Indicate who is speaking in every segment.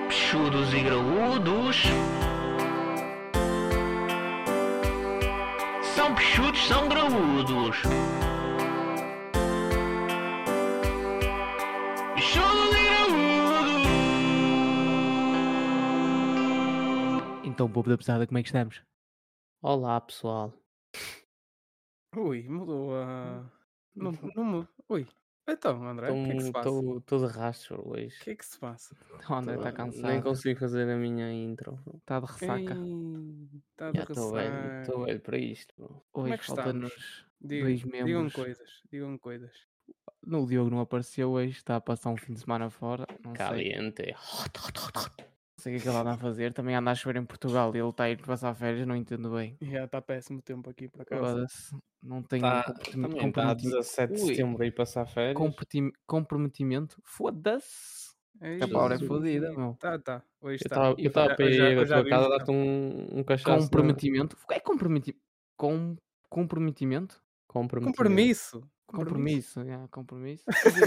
Speaker 1: cabeçudos e graúdos. São peixudos, são graúdos. Peixudos e graúdos.
Speaker 2: Então, povo da pesada, como é que estamos?
Speaker 3: Olá pessoal,
Speaker 4: Ui, mudou
Speaker 2: Hum,
Speaker 4: a. Não, não mudou. Ui. Então, André, o que é que se passa? O
Speaker 3: estou de rastro hoje. tá
Speaker 4: que é que se passa?
Speaker 2: Então, André está
Speaker 3: Tô- Nem
Speaker 2: cansado,
Speaker 3: consigo fazer a minha intro. bro.
Speaker 2: está de ressaca.
Speaker 4: Está de
Speaker 3: Já Estou velho,
Speaker 4: ressaca.
Speaker 3: estou velho para isto. bro.
Speaker 2: Hoje
Speaker 4: que
Speaker 2: falta-nos
Speaker 4: Digam-
Speaker 2: dois
Speaker 4: Digam
Speaker 2: membros.
Speaker 4: coisas, digam coisas.
Speaker 2: No, o Diogo não apareceu hoje, está a passar um fim de semana fora. Não sei,
Speaker 3: Caliente.
Speaker 2: não sei o que é que ele anda a fazer. Também anda a chover em Portugal e ele está a ir passar férias, não entendo bem.
Speaker 4: Já está péssimo tempo aqui por acaso.
Speaker 2: Foda-se, Não tenho
Speaker 3: Tá-
Speaker 2: comprometimento.
Speaker 3: Também está a
Speaker 2: comprometi-
Speaker 3: 17 de
Speaker 2: Ui.
Speaker 3: setembro aí passar férias.
Speaker 2: comprometi- comprometimento. Foda-se!
Speaker 4: Ei,
Speaker 2: A palavra é
Speaker 3: Jesus.
Speaker 2: fodida, meu.
Speaker 4: Tá, tá. Hoje
Speaker 3: Eu
Speaker 4: está.
Speaker 3: estava- eu estava para ir à tua casa dar-te um, um cachaço.
Speaker 2: Comprometimento. O que é comprometimento? Com... Comprometimento?
Speaker 3: Comprometido.
Speaker 4: Compromisso.
Speaker 2: Compromisso, yeah,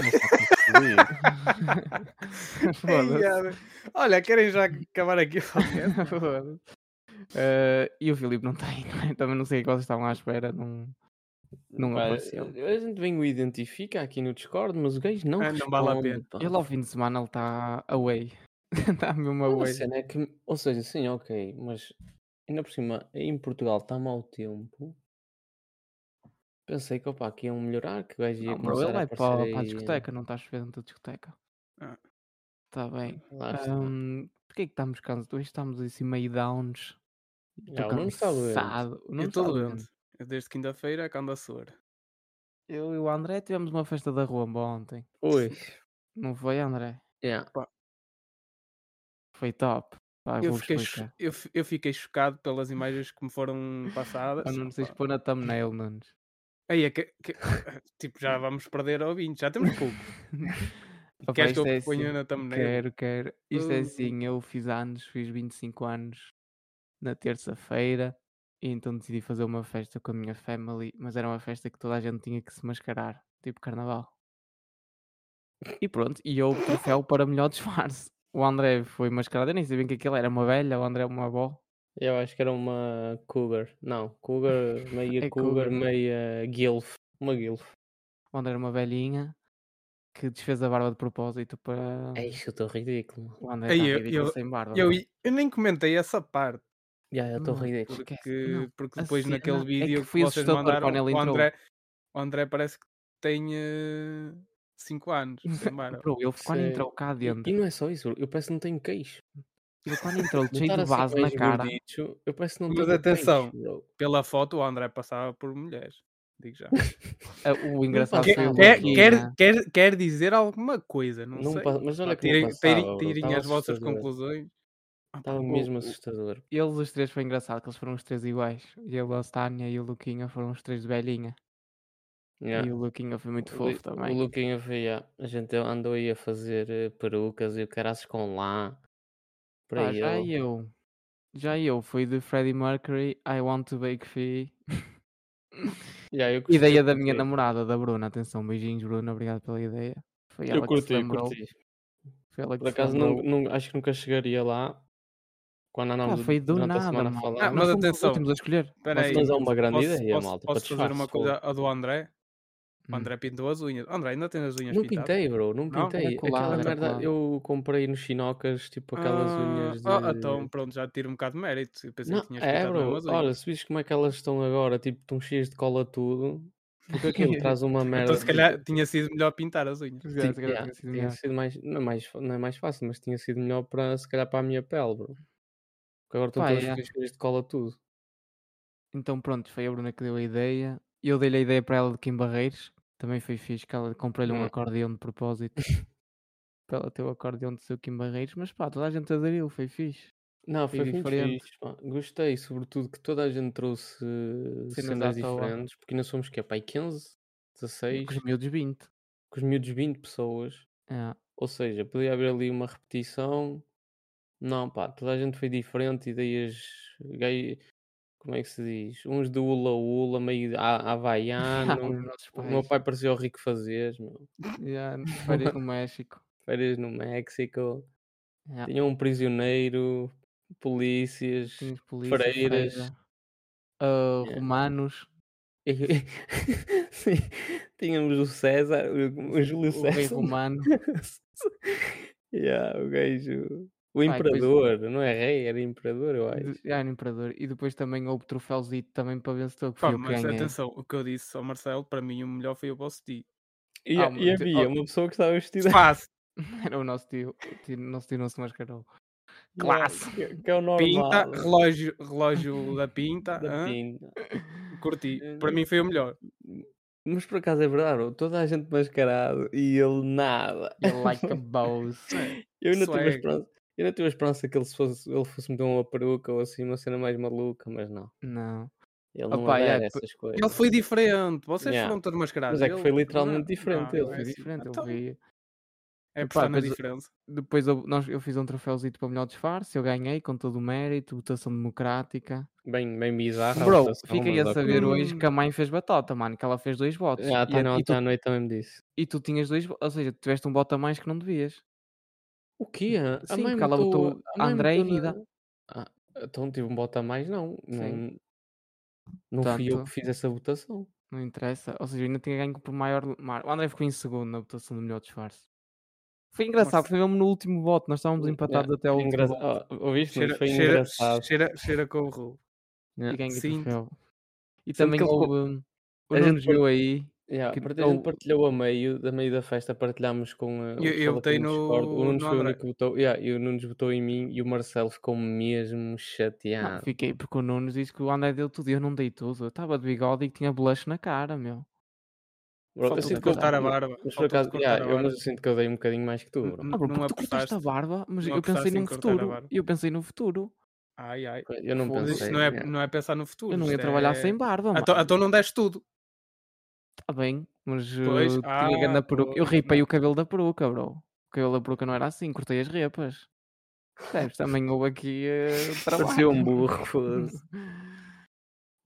Speaker 2: compromisso. é
Speaker 4: Ei,
Speaker 2: Foda-se.
Speaker 4: cara. Olha, querem já acabar aqui o podcast?
Speaker 2: Foda-se. Eh, e o Filipe não tem, também não sei o que vocês estavam à espera. Não... Não
Speaker 3: Pá,
Speaker 2: apareceu.
Speaker 3: A gente vem o identifica aqui no Discord, mas o gajo não
Speaker 4: Ah,
Speaker 3: responde.
Speaker 4: não vale a pena.
Speaker 3: pá.
Speaker 2: Ele ao fim de semana ele está away. Está mesmo
Speaker 3: Mas
Speaker 2: away.
Speaker 3: A cena é que, ou seja, sim, ok, mas ainda por cima, aí em Portugal está mau tempo. Pensei que opa, que iam melhorar, que o gajo ia
Speaker 2: Não, bro,
Speaker 3: começar
Speaker 2: ele
Speaker 3: a
Speaker 2: vai para,
Speaker 3: aparecer
Speaker 2: para a
Speaker 3: aí, né?
Speaker 2: discoteca, não está a chover dentro da discoteca.
Speaker 4: Ah.
Speaker 2: Está bem.
Speaker 3: lá está.
Speaker 2: Ahm, Porquê é que estamos cansados? Hoje estamos assim meio downs. Tô
Speaker 3: Ah, o Nuno está doente.
Speaker 2: cansado. O Nuno
Speaker 4: Eu
Speaker 2: está
Speaker 4: estou
Speaker 2: doente.
Speaker 4: doente. tá, Eu Desde quinta-feira, cá ando a sor.
Speaker 2: Tá, Eu e o André tivemos uma festa da Ruamba ontem.
Speaker 3: Ui,
Speaker 2: Não foi, André?
Speaker 3: yeah.
Speaker 2: Foi top. Pá,
Speaker 4: Eu
Speaker 2: vou
Speaker 4: fiquei, cho-
Speaker 2: explicar.
Speaker 4: eu, fi- eu fiquei chocado pelas imagens que me foram passadas.
Speaker 2: Pá, Nunes, tens
Speaker 4: Opa.
Speaker 2: de pôr na thumbnail, Nunes.
Speaker 4: Aí é que, que- tipo, já vamos perder ouvintes, já temos pouco.
Speaker 2: Opa,
Speaker 4: Queres que
Speaker 2: isto é
Speaker 4: eu ponha
Speaker 2: assim,
Speaker 4: na thumbnail?
Speaker 2: Quero, quero. Isto é
Speaker 4: Uh.
Speaker 2: assim, eu fiz anos, fiz 25 anos na terça-feira. E então decidi fazer uma festa com a minha family, mas era uma festa que toda a gente tinha que se mascarar, tipo carnaval. E pronto, e eu troféu para melhor disfarce. O André foi mascarado, eu nem sabia o que aquilo era, uma velha, o André é uma avó.
Speaker 3: eu acho que era uma cougar. Não, cougar, meia
Speaker 2: É
Speaker 3: cougar,
Speaker 2: cougar.
Speaker 3: meia guilf. Uma guilf.
Speaker 2: O André era uma velhinha que desfez a barba de propósito para.
Speaker 3: É isso, eu estou ridículo. mano.
Speaker 2: O André
Speaker 4: Ei,
Speaker 2: está
Speaker 4: eu-
Speaker 2: ridículo
Speaker 4: eu-
Speaker 2: sem barba.
Speaker 4: Eu,
Speaker 2: meu.
Speaker 4: eu nem comentei essa parte,
Speaker 3: Yeah, eu estou
Speaker 2: Mano,
Speaker 3: ridículo.
Speaker 2: esquece.
Speaker 4: porque,
Speaker 2: é Não,
Speaker 4: porque
Speaker 2: a
Speaker 4: depois
Speaker 2: cena
Speaker 4: naquele
Speaker 2: é que
Speaker 4: vídeo que,
Speaker 2: foi
Speaker 4: vocês
Speaker 2: assustador
Speaker 4: mandaram,
Speaker 2: quando ele
Speaker 4: o,
Speaker 2: entrou.
Speaker 4: André, o André parece que tem 5 anos, sem barba.
Speaker 2: Bro, ele quando
Speaker 3: Sei.
Speaker 2: entrou cá
Speaker 3: E,
Speaker 2: dentro,
Speaker 3: e não é só isso, eu parece que não tenho queixo.
Speaker 2: ele quando entrou
Speaker 3: De
Speaker 2: cheio
Speaker 3: estar
Speaker 2: de
Speaker 3: assim
Speaker 2: base na
Speaker 3: mais
Speaker 2: cara.
Speaker 3: gordito, eu parece que não
Speaker 4: Mas
Speaker 3: tenho queixo,
Speaker 4: atenção,
Speaker 3: bro.
Speaker 4: Pela foto, o André passava por mulheres. Digo já.
Speaker 2: Ah, O engraçado
Speaker 3: é, Quer-
Speaker 2: foi o né?
Speaker 4: Quer,
Speaker 2: Luquinha.
Speaker 4: quer, quer, quer dizer alguma coisa, não,
Speaker 3: Não
Speaker 4: sei.
Speaker 3: pa- mas olha
Speaker 4: Pá,
Speaker 3: que não
Speaker 4: tirem
Speaker 3: passava,
Speaker 4: tirem-
Speaker 3: bro,
Speaker 4: tirem
Speaker 3: estava
Speaker 4: as vossas
Speaker 3: assustador.
Speaker 4: conclusões. Ah, pá,
Speaker 3: Estava
Speaker 4: o-
Speaker 3: mesmo
Speaker 4: o-
Speaker 3: assustador.
Speaker 2: Eles os três foi engraçado, que eles foram os três iguais. E ele, a Stânia e o Luquinha foram os três de velhinha.
Speaker 3: Yeah.
Speaker 2: E o Luquinha foi muito
Speaker 3: O
Speaker 2: fofo
Speaker 3: Lu-
Speaker 2: também.
Speaker 3: O Luquinha foi, yeah. a gente andou aí a fazer eh, perucas e o caraças com lá. Para
Speaker 2: Pá,
Speaker 3: ele.
Speaker 2: já eu. Já eu fui de Freddie Mercury, I Want to Bake Fee.
Speaker 3: Yeah, eu curti,
Speaker 2: Ideia da minha
Speaker 3: curti.
Speaker 2: namorada, da Bruna. Atenção, beijinhos, Bruna, obrigado pela ideia. Foi ela
Speaker 3: Eu curti,
Speaker 2: que se lembrou.
Speaker 3: curti.
Speaker 2: Foi ela que
Speaker 3: Por
Speaker 2: se
Speaker 3: acaso
Speaker 2: lembrou.
Speaker 3: nun- nun- acho que nunca chegaria lá. Quando andámos
Speaker 2: Ah, foi do
Speaker 3: durante a
Speaker 2: nada,
Speaker 3: semana a
Speaker 2: mano.
Speaker 3: falar.
Speaker 4: Ah,
Speaker 2: Nós
Speaker 4: mas
Speaker 2: fomos os
Speaker 4: atenção,
Speaker 2: últimos a escolher.
Speaker 4: Espera
Speaker 3: Mas
Speaker 4: aí,
Speaker 3: tens alguma grande
Speaker 4: posso,
Speaker 3: ideia,
Speaker 4: posso-
Speaker 3: malta, para
Speaker 4: posso fazer uma
Speaker 3: disfarce, pô.
Speaker 4: coisa a do André?
Speaker 2: Hum.
Speaker 4: O André pintou as unhas. André, ainda tens as unhas
Speaker 3: não
Speaker 4: pintadas?
Speaker 3: pintei, bro, não
Speaker 4: Não? Era
Speaker 3: pintei. Aquela
Speaker 2: colado, era
Speaker 3: merda
Speaker 2: colado.
Speaker 3: eu comprei nos chinocas, tipo aquelas
Speaker 4: Ah,
Speaker 3: unhas de.
Speaker 4: ah, então pronto, já te tiro um bocado de mérito. Eu pensei
Speaker 3: Não,
Speaker 4: que tinhas
Speaker 3: é,
Speaker 4: pintado
Speaker 3: bro,
Speaker 4: mesmo as unhas.
Speaker 3: olha, se viste como é que elas estão agora, tipo, estão cheias de cola tudo, porque aquilo traz uma merda.
Speaker 4: Então se calhar tinha sido melhor pintar as unhas.
Speaker 2: Se calhar-
Speaker 3: tipo,
Speaker 2: se calhar
Speaker 3: yeah,
Speaker 2: tinha sido
Speaker 3: tinha
Speaker 2: melhor.
Speaker 3: sido mais, não é mais, não é mais fácil, mas tinha sido melhor para, se calhar, para a minha pele, bro. Porque agora estão
Speaker 2: Pá,
Speaker 3: todas
Speaker 2: yeah.
Speaker 3: cheias de cola tudo.
Speaker 2: Então pronto, foi a Bruna que deu a ideia. Eu dei-lhe a ideia para ela de Kim Barreiros. Também foi fixe que ela comprou-lhe um
Speaker 3: Hum.
Speaker 2: acordeão de propósito. para ela ter o acordeão do seu Kim Barreiros. Mas pá, toda a gente aderiu, foi fixe.
Speaker 3: Não,
Speaker 2: Foi
Speaker 3: foi muito
Speaker 2: diferente.
Speaker 3: fixe, pá. Gostei, sobretudo, que toda a gente trouxe cenas,
Speaker 2: à toa.
Speaker 3: diferentes, porque nós somos, que é, pai, 15, 16,
Speaker 2: Com os miúdos 20.
Speaker 3: com os miúdos 20 pessoas.
Speaker 2: É.
Speaker 3: Ou seja, podia haver ali uma repetição. Não, pá, toda a gente foi diferente, ideias gay. Como é que se diz? Uns do Ula Ula, meio ha- havaiano.
Speaker 2: os nossos
Speaker 3: Ah, o
Speaker 2: pais.
Speaker 3: meu pai parecia o Rico Fazeres, meu.
Speaker 2: Yeah, férias no México.
Speaker 3: Férias no México.
Speaker 2: Yeah.
Speaker 3: Tinha um prisioneiro, polícias.
Speaker 2: Tinhas polícia,
Speaker 3: freiras.
Speaker 2: freira, ah,
Speaker 3: Yeah.
Speaker 2: romanos,
Speaker 3: Sim, Tínhamos o César, o, o Júlio
Speaker 2: o rei
Speaker 3: César.
Speaker 2: romano.
Speaker 3: yeah, o gajo. O
Speaker 2: Pá, e depois-
Speaker 3: imperador, não é rei, era imperador, eu acho.
Speaker 2: de- ah, no imperador. E depois também houve troféuzito também para vencedor que
Speaker 4: Pá,
Speaker 2: foi eu que
Speaker 4: mas
Speaker 2: ganhei.
Speaker 4: atenção, o que eu disse ao Marcelo, para mim o melhor foi o Boss D.
Speaker 3: E,
Speaker 2: Ah,
Speaker 3: a- e
Speaker 2: mas-
Speaker 3: havia
Speaker 2: oh.
Speaker 3: uma pessoa que estava vestida.
Speaker 4: Fácil.
Speaker 2: Era o nosso tio. O tio- nosso tio não se mascarou.
Speaker 3: Yeah,
Speaker 2: classe.
Speaker 3: Que, que é o
Speaker 4: Pinta,
Speaker 3: normal.
Speaker 4: relógio, relógio da pinta,
Speaker 3: da
Speaker 4: hã?
Speaker 3: pinta. É,
Speaker 4: curti. Para mim foi o melhor.
Speaker 3: Mas por acaso é verdade, bro, toda a gente mascarado e ele nada.
Speaker 2: Ele like a boss.
Speaker 3: Eu ainda tive a
Speaker 4: swag.
Speaker 3: esperança. Eu ainda tive a esperança que ele, se fosse, ele fosse meter uma peruca ou assim, uma cena mais maluca, mas não.
Speaker 2: Não.
Speaker 3: Ele não
Speaker 2: Opa,
Speaker 3: adera
Speaker 2: yeah,
Speaker 3: essas coisas.
Speaker 4: Ele foi diferente, vocês
Speaker 3: Yeah.
Speaker 4: foram todos mascarados.
Speaker 3: Mas é que
Speaker 4: ele-
Speaker 3: foi literalmente
Speaker 4: Não,
Speaker 3: diferente.
Speaker 4: não
Speaker 3: ele
Speaker 2: Ele
Speaker 4: é
Speaker 2: foi
Speaker 4: assim.
Speaker 2: diferente.
Speaker 4: Então,
Speaker 2: Ele veio.
Speaker 4: É
Speaker 2: Epá,
Speaker 4: apostar na
Speaker 2: mas-
Speaker 4: diferença.
Speaker 2: Depois eu, nós, eu fiz um troféuzito para o melhor disfarce. Eu ganhei com todo o mérito. Votação democrática.
Speaker 3: Bem, bem bizarro.
Speaker 2: Bro, fiquei a saber
Speaker 4: ok.
Speaker 2: hoje que a mãe fez batota, mano. Que ela fez dois votos.
Speaker 3: Já, tá
Speaker 2: e, a-
Speaker 3: está na
Speaker 2: e, tu,
Speaker 3: ontem à noite também me disse.
Speaker 2: e tu tinhas dois votos. Ou seja, tu tiveste um voto a mais que não devias.
Speaker 3: O quê? A
Speaker 2: Sim,
Speaker 3: mãe
Speaker 2: porque ela
Speaker 3: botou-
Speaker 2: botou
Speaker 3: a mãe
Speaker 2: André e
Speaker 3: botou
Speaker 2: Vida.
Speaker 3: na- Ah, então tive um bota a mais, não. Não, não fui eu
Speaker 2: Portanto-
Speaker 3: que fiz essa votação.
Speaker 2: Não interessa. Ou seja, eu ainda tinha ganho por maior mar. O André ficou em segundo na votação do melhor disfarce. Foi engraçado,
Speaker 4: Marcelo.
Speaker 2: foi mesmo no último voto. Nós estávamos
Speaker 3: Yeah,
Speaker 2: empatados até ao
Speaker 3: Foi
Speaker 2: último
Speaker 3: engraça-
Speaker 2: voto.
Speaker 3: Ah, ouviste? Mas
Speaker 4: Cheira,
Speaker 3: foi
Speaker 4: cheira,
Speaker 3: engraçado.
Speaker 4: cheira, cheira com o rolo.
Speaker 2: E ganhei o
Speaker 4: Sinto.
Speaker 2: troféu. E
Speaker 3: Sendo
Speaker 2: também
Speaker 3: que ele ficou-
Speaker 2: houve. um, O
Speaker 3: A gente
Speaker 2: Nuno viu aí.
Speaker 3: Yeah,
Speaker 2: que
Speaker 4: é
Speaker 3: parte- a gente
Speaker 2: eu-
Speaker 3: partilhou a meio, da meio da festa, partilhámos com ah, a,
Speaker 4: Eu- eu votei no-
Speaker 3: O Nunes
Speaker 4: no
Speaker 3: foi o
Speaker 4: André.
Speaker 3: único que votou. Yeah, e o Nunes votou em mim e o Marcelo ficou mesmo
Speaker 2: Não,
Speaker 3: chateado.
Speaker 2: Ah, fiquei porque o Nunes disse que o André deu tudo e eu não dei tudo. Eu estava de bigode e tinha blush na cara, meu.
Speaker 3: Bro, eu
Speaker 4: Faltou
Speaker 3: sinto
Speaker 4: de
Speaker 3: que eu-
Speaker 4: cortar a
Speaker 3: mas-
Speaker 4: barba.
Speaker 3: Mas por
Speaker 4: Faltou de
Speaker 3: acaso,
Speaker 4: cortar
Speaker 3: yeah,
Speaker 4: a
Speaker 3: eu,
Speaker 4: barba.
Speaker 3: mas eu sinto que eu dei um bocadinho mais que tu, bro.
Speaker 4: N-
Speaker 2: Ah, bro, porque
Speaker 4: não
Speaker 2: tu cortaste a
Speaker 4: apostaste.
Speaker 2: barba, mas eu pensei
Speaker 4: não apostaste em
Speaker 2: num
Speaker 4: cortar a
Speaker 2: futuro.
Speaker 4: barba.
Speaker 2: Eu pensei no futuro.
Speaker 4: Ai, ai.
Speaker 3: Eu não
Speaker 2: Foda-se,
Speaker 4: Mas
Speaker 3: pensei.
Speaker 4: isto não é,
Speaker 3: yeah.
Speaker 4: não é pensar no futuro.
Speaker 2: Eu não ia
Speaker 4: isto
Speaker 2: trabalhar
Speaker 4: é-
Speaker 2: sem barba, mano.
Speaker 4: Então, então não deste tudo.
Speaker 2: Tá bem, mas
Speaker 4: Pois,
Speaker 2: uh, tinha grande
Speaker 4: ah,
Speaker 2: a peruca. Eu
Speaker 4: pois,
Speaker 2: ripei
Speaker 4: não.
Speaker 2: o cabelo da peruca, bro. O cabelo da peruca não era assim, cortei as repas. Percebes? Também houve aqui
Speaker 4: é
Speaker 2: uh, trabalho.
Speaker 3: Parecia um burro, foda-se.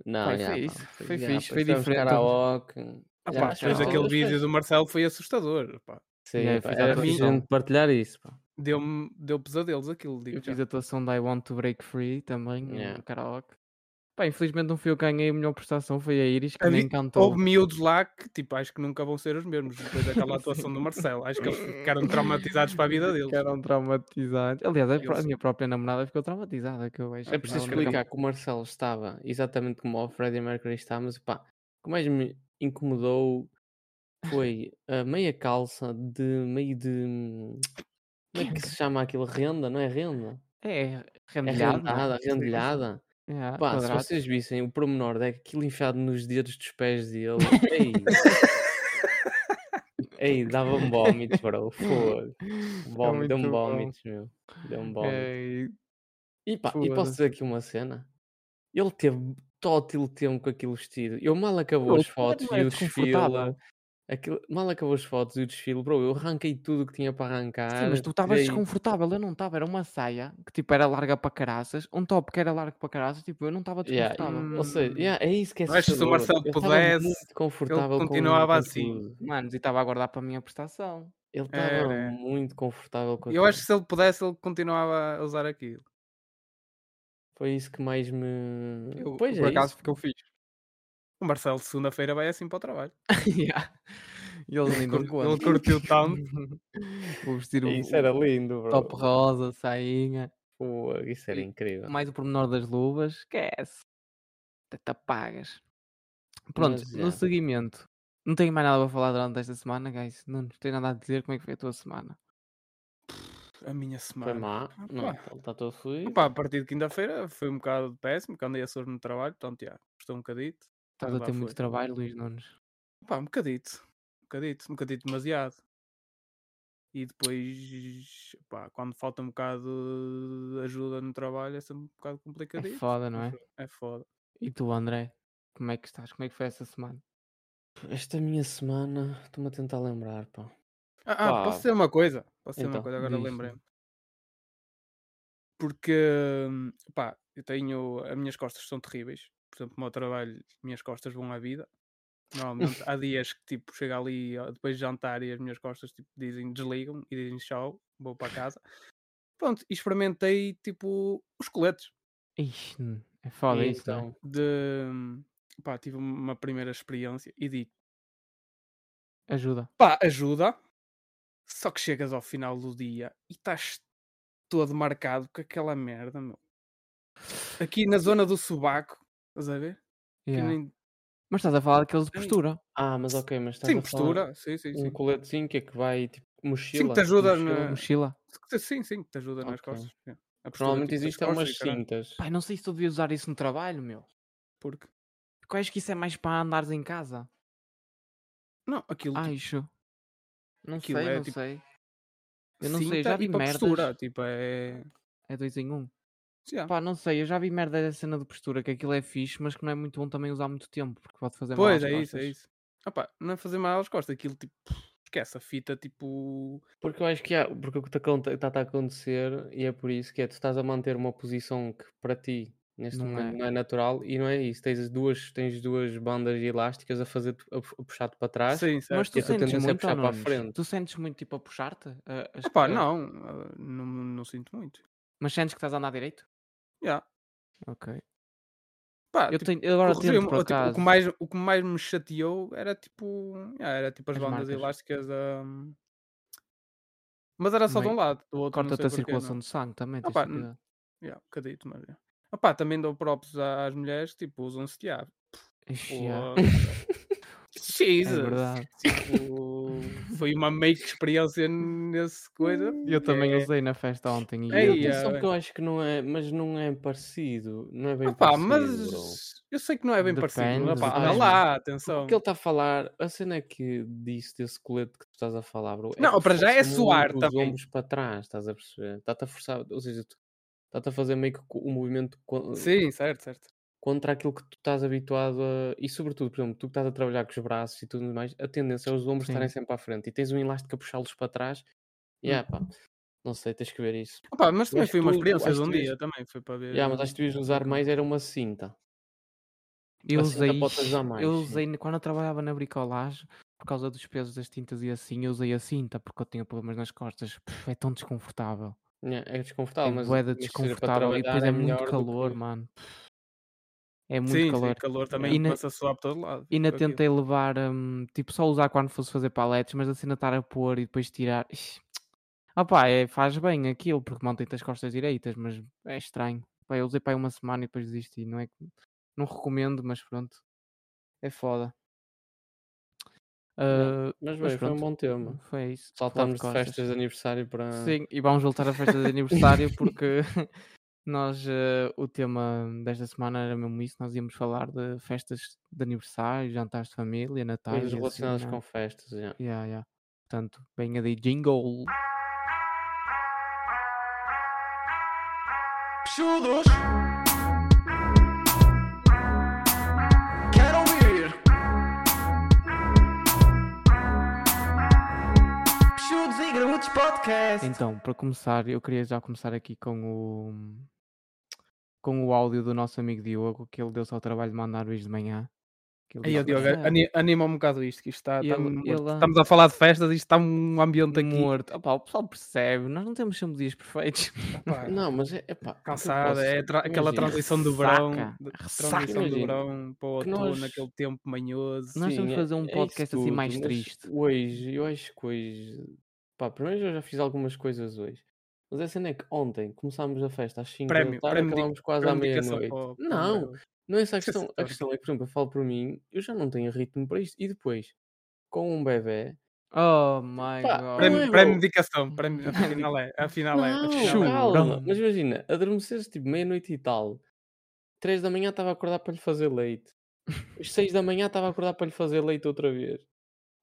Speaker 3: Não,
Speaker 2: Foi
Speaker 3: já,
Speaker 2: fixe,
Speaker 3: pá,
Speaker 2: foi
Speaker 3: já,
Speaker 2: fixe,
Speaker 3: pá,
Speaker 2: foi
Speaker 3: fizemos
Speaker 2: diferente.
Speaker 3: Karaoke.
Speaker 4: Ah,
Speaker 3: já,
Speaker 4: pá, depois
Speaker 2: não.
Speaker 4: daquele
Speaker 3: Mas
Speaker 4: vídeo
Speaker 3: fez-
Speaker 4: do Marcelo foi assustador. pá.
Speaker 3: Sim,
Speaker 2: Yeah,
Speaker 3: pá,
Speaker 2: fiz a
Speaker 3: era
Speaker 4: atuação.
Speaker 3: fixe a gente partilhar isso, pá.
Speaker 4: Deu-me deu pesadelos aquilo. digo
Speaker 2: Eu
Speaker 4: já.
Speaker 2: fiz a atuação da I Want to Break Free também,
Speaker 3: Yeah.
Speaker 2: no karaoke. Pá, infelizmente não fui eu que ganhei a melhor prestação, foi a Iris que
Speaker 4: Havia-
Speaker 2: nem cantou.
Speaker 4: Houve miúdos lá que, tipo, acho que nunca vão ser os mesmos depois daquela atuação do Marcelo. Acho que eles ficaram traumatizados para a vida deles.
Speaker 2: Ficaram traumatizados. Aliás, a, pro- a
Speaker 4: Eles-
Speaker 2: minha própria namorada ficou traumatizada. Que eu acho
Speaker 3: É
Speaker 2: que
Speaker 3: preciso
Speaker 2: ela nunca-
Speaker 3: explicar que o Marcelo estava exatamente como o Freddie Mercury está, mas pá, o que mais me incomodou foi a meia calça de meio de. Como é que se chama aquilo? Renda, não é renda?
Speaker 2: É,
Speaker 3: É
Speaker 2: rendilhado. não é?
Speaker 3: rendada,
Speaker 2: Sim,
Speaker 3: rendilhada.
Speaker 2: yeah,
Speaker 3: Pá, se
Speaker 2: quadrados.
Speaker 3: vocês vissem o pormenor daquilo enfiado nos dedos dos pés dele, ei, ei dava-me vómitos, bro. Foda. Vómito,
Speaker 2: É
Speaker 3: um
Speaker 2: muito
Speaker 3: deu-me
Speaker 2: bom.
Speaker 3: vómitos, meu. Deu-me vómitos.
Speaker 2: Ei,
Speaker 3: E pá, e posso
Speaker 2: foda-se.
Speaker 3: dizer aqui uma cena? Ele teve tótil tempo com aquele vestido. Eu mal acabou
Speaker 2: Bro,
Speaker 3: as
Speaker 2: aquilo
Speaker 3: fotos
Speaker 2: não
Speaker 3: e
Speaker 2: é
Speaker 3: o desfile.
Speaker 2: desconfortável.
Speaker 3: Aquilo, mal acabou as fotos e o desfile, bro. Eu arranquei tudo o que tinha para arrancar.
Speaker 2: Sim, mas tu estavas
Speaker 3: tirei-
Speaker 2: desconfortável, eu não estava. Era uma saia que tipo era larga para caraças, um top que era largo para caraças, tipo eu não estava
Speaker 3: Yeah,
Speaker 2: desconfortável.
Speaker 3: e- ou seja, yeah, é isso que é
Speaker 4: Mas se o
Speaker 3: assustador.
Speaker 4: Marcelo
Speaker 3: Eu tava
Speaker 4: pudesse,
Speaker 3: muito confortável com-
Speaker 4: continuava
Speaker 3: com
Speaker 4: assim.
Speaker 3: tudo.
Speaker 2: Manos, e estava a aguardar para a minha prestação.
Speaker 3: Ele estava
Speaker 4: Era.
Speaker 3: muito confortável com
Speaker 4: é. Eu
Speaker 3: aquilo.
Speaker 4: acho que se ele pudesse, ele continuava a usar aquilo.
Speaker 3: Foi isso que mais me.
Speaker 4: Eu-
Speaker 3: pois
Speaker 2: Por
Speaker 3: é,
Speaker 2: acaso
Speaker 3: isso.
Speaker 2: ficou fixe.
Speaker 4: O Marcelo, segunda-feira, vai assim para o trabalho.
Speaker 2: Yeah. E eles nem dão
Speaker 4: Cur-
Speaker 2: conta.
Speaker 4: Ele curtiu tanto.
Speaker 2: Vou vestir o,
Speaker 3: Isso
Speaker 2: o
Speaker 3: era lindo, bro.
Speaker 2: top rosa, sainha,
Speaker 3: Fogo, isso era
Speaker 2: E-
Speaker 3: incrível.
Speaker 2: mais o pormenor das luvas, esquece. Até te apagas. Pronto,
Speaker 3: Mas,
Speaker 2: no
Speaker 3: yeah.
Speaker 2: seguimento. Não tenho mais nada para falar durante esta semana, guys. Não nos tem nada a dizer como é que foi a tua semana.
Speaker 4: A minha
Speaker 3: Foi
Speaker 4: semana.
Speaker 3: má. Não, é?
Speaker 4: Opa.
Speaker 3: ele está todo fodido.
Speaker 4: ah, Opa, a partir de quinta-feira foi um bocado péssimo, porque andei a soro no trabalho, portanto, já, custou um bocadito.
Speaker 2: Estás
Speaker 4: Mas
Speaker 2: a
Speaker 4: lá
Speaker 2: ter muito
Speaker 4: foi.
Speaker 2: trabalho, Luís Nunes.
Speaker 4: Opa, um bocadito. Um bocadito, um bocadito demasiado. E depois, pá, quando falta um bocado de ajuda no trabalho, é sempre um bocado
Speaker 2: É
Speaker 4: complicadito.
Speaker 2: foda, não
Speaker 4: mas
Speaker 2: é?
Speaker 4: pronto, É foda.
Speaker 2: E tu, André? Como é que estás? Como é que foi essa semana?
Speaker 3: Esta minha semana, estou-me a tentar lembrar, pá.
Speaker 4: Ah, ah,
Speaker 3: Pá.
Speaker 4: posso dizer uma coisa? Posso dizer
Speaker 3: Então,
Speaker 4: uma coisa, agora
Speaker 2: diz.
Speaker 4: lembrei-me. Porque, hum, pá, eu tenho. As minhas costas são terríveis. Por exemplo, no meu trabalho, minhas costas vão à vida. Normalmente há dias que, tipo, chega ali ó, depois de jantar e as minhas costas, tipo, dizem desligam e dizem tchau, vou para casa. Pronto, e experimentei tipo os coletes
Speaker 2: Ixi, n- é foda isso,
Speaker 4: né?
Speaker 2: não é?
Speaker 3: então,
Speaker 4: de hum, pá, tive uma primeira experiência e digo,
Speaker 2: Ajuda.
Speaker 4: pá, ajuda. Só que chegas ao final do dia e estás todo marcado com aquela merda, meu. Aqui na zona do subaco, estás a ver? Que
Speaker 2: Yeah.
Speaker 4: nem-
Speaker 2: Mas estás a falar daqueles de
Speaker 4: Ai.
Speaker 2: postura.
Speaker 3: Ah, mas ok, mas estás
Speaker 4: Sim,
Speaker 3: a falar
Speaker 4: postura, sim, sim,
Speaker 3: um
Speaker 4: sim.
Speaker 3: coletezinho que é que vai tipo mochila.
Speaker 4: Sim, que te ajuda
Speaker 3: mochila.
Speaker 4: na-
Speaker 2: Mochila.
Speaker 4: Sim, sim, que te ajuda nas
Speaker 3: Ok.
Speaker 4: costas. sim. A postura,
Speaker 3: Normalmente
Speaker 4: tipo, das
Speaker 2: é
Speaker 3: existem
Speaker 4: costas
Speaker 3: umas
Speaker 4: e caralho,
Speaker 3: cintas.
Speaker 2: Pai, não sei se tu devias usar isso no trabalho, meu.
Speaker 4: Porque...
Speaker 2: Porque eu acho que isso é mais para andares em casa.
Speaker 4: Não, aquilo tipo,
Speaker 2: Acho. Não
Speaker 4: Aquilo
Speaker 2: sei,
Speaker 4: é,
Speaker 2: não
Speaker 4: tipo,
Speaker 2: sei. Eu não sei,
Speaker 4: cinta
Speaker 2: já vi
Speaker 4: e para
Speaker 2: merdas.
Speaker 4: postura, tipo, é...
Speaker 2: É dois em um.
Speaker 4: Já.
Speaker 2: Pá, não sei, eu já vi merda da cena de postura, que aquilo é fixe, mas que não é muito bom também usar muito tempo, porque pode fazer mal
Speaker 4: Pois,
Speaker 2: às
Speaker 4: é isso, é
Speaker 2: costas.
Speaker 4: isso. Opa, não é fazer mal às costas, aquilo tipo, esquece a fita, tipo,
Speaker 3: Porque eu acho que há, porque o que tá está a acontecer e é por isso que é tu estás a manter uma posição que para ti neste
Speaker 2: Não
Speaker 3: momento
Speaker 2: é.
Speaker 3: não é natural e não é isso. Tens as duas, tens duas bandas elásticas a fazer a, pu- a puxar-te para trás.
Speaker 4: sim, certo. Tipo,
Speaker 2: Mas tu
Speaker 3: E a tua
Speaker 2: sentes
Speaker 3: tendência é
Speaker 2: muito, ou
Speaker 3: puxar para a
Speaker 2: Nunes?
Speaker 3: frente.
Speaker 2: Tu sentes muito, tipo, a puxar-te? A- as-
Speaker 4: Opa,
Speaker 2: a-
Speaker 4: não, ah, não, não sinto muito.
Speaker 2: Mas sentes que estás a andar direito?
Speaker 4: Já.
Speaker 2: Ok.
Speaker 4: Pá,
Speaker 2: Eu,
Speaker 4: tipo,
Speaker 2: tenho, eu agora
Speaker 4: corrigiu-me,
Speaker 2: tento, por
Speaker 4: ou, tipo, o,
Speaker 2: acaso.
Speaker 4: que mais, o que mais me chateou era tipo, já, era tipo as,
Speaker 2: As
Speaker 4: bandas
Speaker 2: marcas.
Speaker 4: elásticas a... Mas era só de
Speaker 2: Também
Speaker 4: um lado, do outro não
Speaker 2: Corta-te
Speaker 4: sei
Speaker 2: a
Speaker 4: porquê,
Speaker 2: circulação
Speaker 4: não.
Speaker 2: do sangue também,
Speaker 4: Ah,
Speaker 2: tens
Speaker 4: pá,
Speaker 2: de
Speaker 4: n-
Speaker 2: cuidar.
Speaker 4: Já, bocadito, mas já. Opa, também dou props às mulheres, tipo, usam sutiã.
Speaker 2: Ixi, já,
Speaker 4: Pô,
Speaker 2: É
Speaker 4: Jesus!
Speaker 2: verdade.
Speaker 4: Tipo, foi uma meio que experiência nesse coisa.
Speaker 2: Eu também
Speaker 4: É.
Speaker 2: usei na festa ontem e
Speaker 4: Ei,
Speaker 2: eu
Speaker 4: ah,
Speaker 2: disse,
Speaker 3: Atenção
Speaker 4: bem.
Speaker 3: que eu acho que não é, mas não é parecido, não é bem
Speaker 4: Opa,
Speaker 3: parecido,
Speaker 4: Ah, mas
Speaker 3: bro.
Speaker 4: eu sei que não é bem parecido.
Speaker 2: Depende,
Speaker 4: mas, Opa, olha
Speaker 2: depende.
Speaker 4: lá,
Speaker 3: Porque
Speaker 4: atenção.
Speaker 2: Então.
Speaker 3: O que ele está a falar, a cena é que disse desse colete que tu estás a falar, bro.
Speaker 4: Não,
Speaker 3: que
Speaker 4: para já é
Speaker 3: força
Speaker 4: suar
Speaker 3: muito os
Speaker 4: também.
Speaker 3: ombros para trás, estás a perceber? Está-te a forçar, ou seja, tu- está-te a fazer meio que co- um movimento co-
Speaker 4: Sim, certo, certo.
Speaker 3: contra aquilo que tu estás habituado a. E sobretudo, por exemplo, tu que estás a trabalhar com os braços e tudo mais, a tendência é os ombros
Speaker 2: Sim.
Speaker 3: estarem sempre à frente e tens um elástico a puxá-los para trás. E
Speaker 2: Hum.
Speaker 3: ah, pá, não sei, tens que ver isso.
Speaker 4: Opa, mas também
Speaker 3: acho
Speaker 4: foi uma
Speaker 3: que tu-
Speaker 4: experiência
Speaker 3: acho
Speaker 4: de um
Speaker 3: que tu és-
Speaker 4: dia também. Foi para ver. um
Speaker 3: Yeah, mas acho que devias usar
Speaker 2: Hum.
Speaker 3: mais, era uma cinta.
Speaker 2: Eu
Speaker 3: assim, A cinta
Speaker 2: usei,
Speaker 3: pode ajudar mais,
Speaker 2: eu
Speaker 3: sim.
Speaker 2: usei na- quando eu trabalhava na bricolagem, por causa dos pesos das tintas e assim, eu usei a cinta porque eu tinha problemas nas costas. Pff, é tão desconfortável.
Speaker 3: Yeah, é desconfortável,
Speaker 2: é
Speaker 3: mas.
Speaker 2: boeda
Speaker 3: mas seja para
Speaker 2: desconfortável
Speaker 3: trabalhar
Speaker 2: e depois é, muito
Speaker 3: melhor do
Speaker 2: calor,
Speaker 3: que-
Speaker 2: mano. Pff, É muito
Speaker 4: Sim, sim,
Speaker 2: calor.
Speaker 4: calor. também
Speaker 2: E na-
Speaker 4: começa a suar por todo lado.
Speaker 2: E ainda
Speaker 4: com aquilo.
Speaker 2: tentei levar, hum, tipo, só usar quando fosse fazer paletes, mas assim ainda estar a pôr e depois tirar. Ixi. Ah pá, é, faz bem aquilo, porque mantém-te as costas direitas, mas é estranho. Pá, eu usei para uma semana e depois desisti. Não, é, que- não recomendo, mas pronto. É foda. Ah,
Speaker 3: Mas
Speaker 2: Mas
Speaker 3: bem, foi um
Speaker 2: pronto.
Speaker 3: bom tema.
Speaker 2: foi isso. falar de
Speaker 3: Saltámos de
Speaker 2: costas.
Speaker 3: festas de aniversário para.
Speaker 2: Sim, e vamos voltar à festa de aniversário porque nós, eh, o tema desta semana era mesmo isso, nós íamos falar de festas de aniversário, jantares de família, natais
Speaker 3: Coisas
Speaker 2: e assim,
Speaker 3: relacionadas
Speaker 2: não é?
Speaker 3: com festas. yeah.
Speaker 2: Yeah, yeah. Portanto, venha daí jingle.
Speaker 1: Chudos. Quero ouvir. Chudos e graúdos podcast.
Speaker 2: Então, para começar, eu queria já começar aqui com o com o áudio do nosso amigo Diogo, que ele deu-se ao trabalho de mandar hoje de manhã. que ele
Speaker 4: Aí, ó,
Speaker 2: disse,
Speaker 4: Diogo,
Speaker 2: "Marcelo,
Speaker 4: ani- anima um bocado isto, que isto está, está
Speaker 2: Ele-
Speaker 4: morto.
Speaker 2: ele-
Speaker 4: Estamos a falar de festas, isto está um ambiente aqui.
Speaker 2: morto. Opa, o pessoal percebe, nós não temos sempre dias perfeitos.
Speaker 4: Pá,
Speaker 3: Não, mas é. Epá, eu
Speaker 4: Cansada,
Speaker 3: posso-
Speaker 4: é tra- aquela
Speaker 3: imagina.
Speaker 4: transição do
Speaker 2: Ressaca,
Speaker 4: verão, de-
Speaker 2: ressaca.
Speaker 4: transição do
Speaker 3: Imagina,
Speaker 4: verão para o
Speaker 3: que
Speaker 4: outono,
Speaker 3: nós-
Speaker 4: aquele tempo manhoso.
Speaker 2: Nós temos
Speaker 3: Sim,
Speaker 2: que
Speaker 3: é-
Speaker 2: fazer um
Speaker 3: é isso
Speaker 2: podcast assim
Speaker 3: tudo,
Speaker 2: mais
Speaker 3: mas
Speaker 2: triste.
Speaker 3: Hoje, eu acho que hoje. Pá, primeiro eu já fiz algumas coisas hoje. Mas a cena é que ontem começámos a festa às 5
Speaker 4: Prémio,
Speaker 3: da tarde,
Speaker 4: prémio de-
Speaker 3: acabámos quase à
Speaker 4: Grande indicação
Speaker 3: meia-noite.
Speaker 4: para o- para o
Speaker 3: Não,
Speaker 4: verão.
Speaker 3: Não é essa a questão. A
Speaker 4: Claro.
Speaker 3: questão é que, por exemplo, eu falo por mim, eu já não tenho ritmo para isto. E depois, com um bebê.
Speaker 2: Oh my
Speaker 3: Pá, Prémio-
Speaker 2: god.
Speaker 4: Prémio,
Speaker 3: é,
Speaker 4: prémio
Speaker 3: meu.
Speaker 4: indicação, prémio, afinal é, afinal é.
Speaker 3: Não,
Speaker 4: Afinal é.
Speaker 3: calma.
Speaker 2: Churão.
Speaker 3: Mas imagina, adormeceres tipo meia-noite e tal. 3 da manhã estava a acordar para lhe fazer leite. Às 6 da manhã estava a acordar para lhe fazer leite outra vez.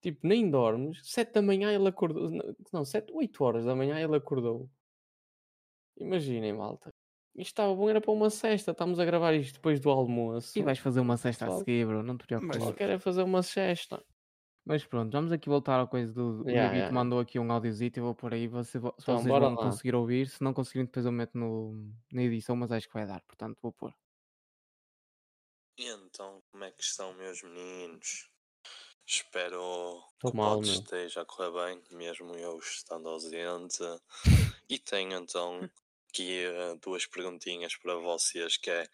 Speaker 3: Tipo, nem dormes. 7 da manhã ele acordou. n- Não, 7, 8 horas da manhã ele acordou. Imaginem, malta. Isto estava bom, era para uma sexta. Estamos a gravar isto depois do almoço.
Speaker 2: E vais fazer uma cesta a
Speaker 3: Pessoal.
Speaker 2: seguir, bro. Não te preocupes.
Speaker 3: Eu
Speaker 2: Mas,
Speaker 3: quero é fazer uma sexta.
Speaker 2: pronto, vamos aqui voltar à coisa do. O
Speaker 3: Yeah,
Speaker 2: Dieguito
Speaker 3: yeah.
Speaker 2: mandou aqui um audiozito. Eu vou pôr aí. Você, vo-
Speaker 3: Então,
Speaker 2: vocês
Speaker 3: bora
Speaker 2: vão
Speaker 3: lá.
Speaker 2: conseguir ouvir. Se não conseguirem, depois eu meto no, na edição. Mas acho que vai dar. Portanto, vou pôr.
Speaker 5: E então, como é que estão, meus meninos? Espero
Speaker 3: Estou
Speaker 2: Então
Speaker 5: que o
Speaker 3: mal,
Speaker 5: pote
Speaker 3: meu.
Speaker 5: esteja a correr bem, mesmo eu estando ausente. E tenho então aqui eh, duas perguntinhas para vocês, que é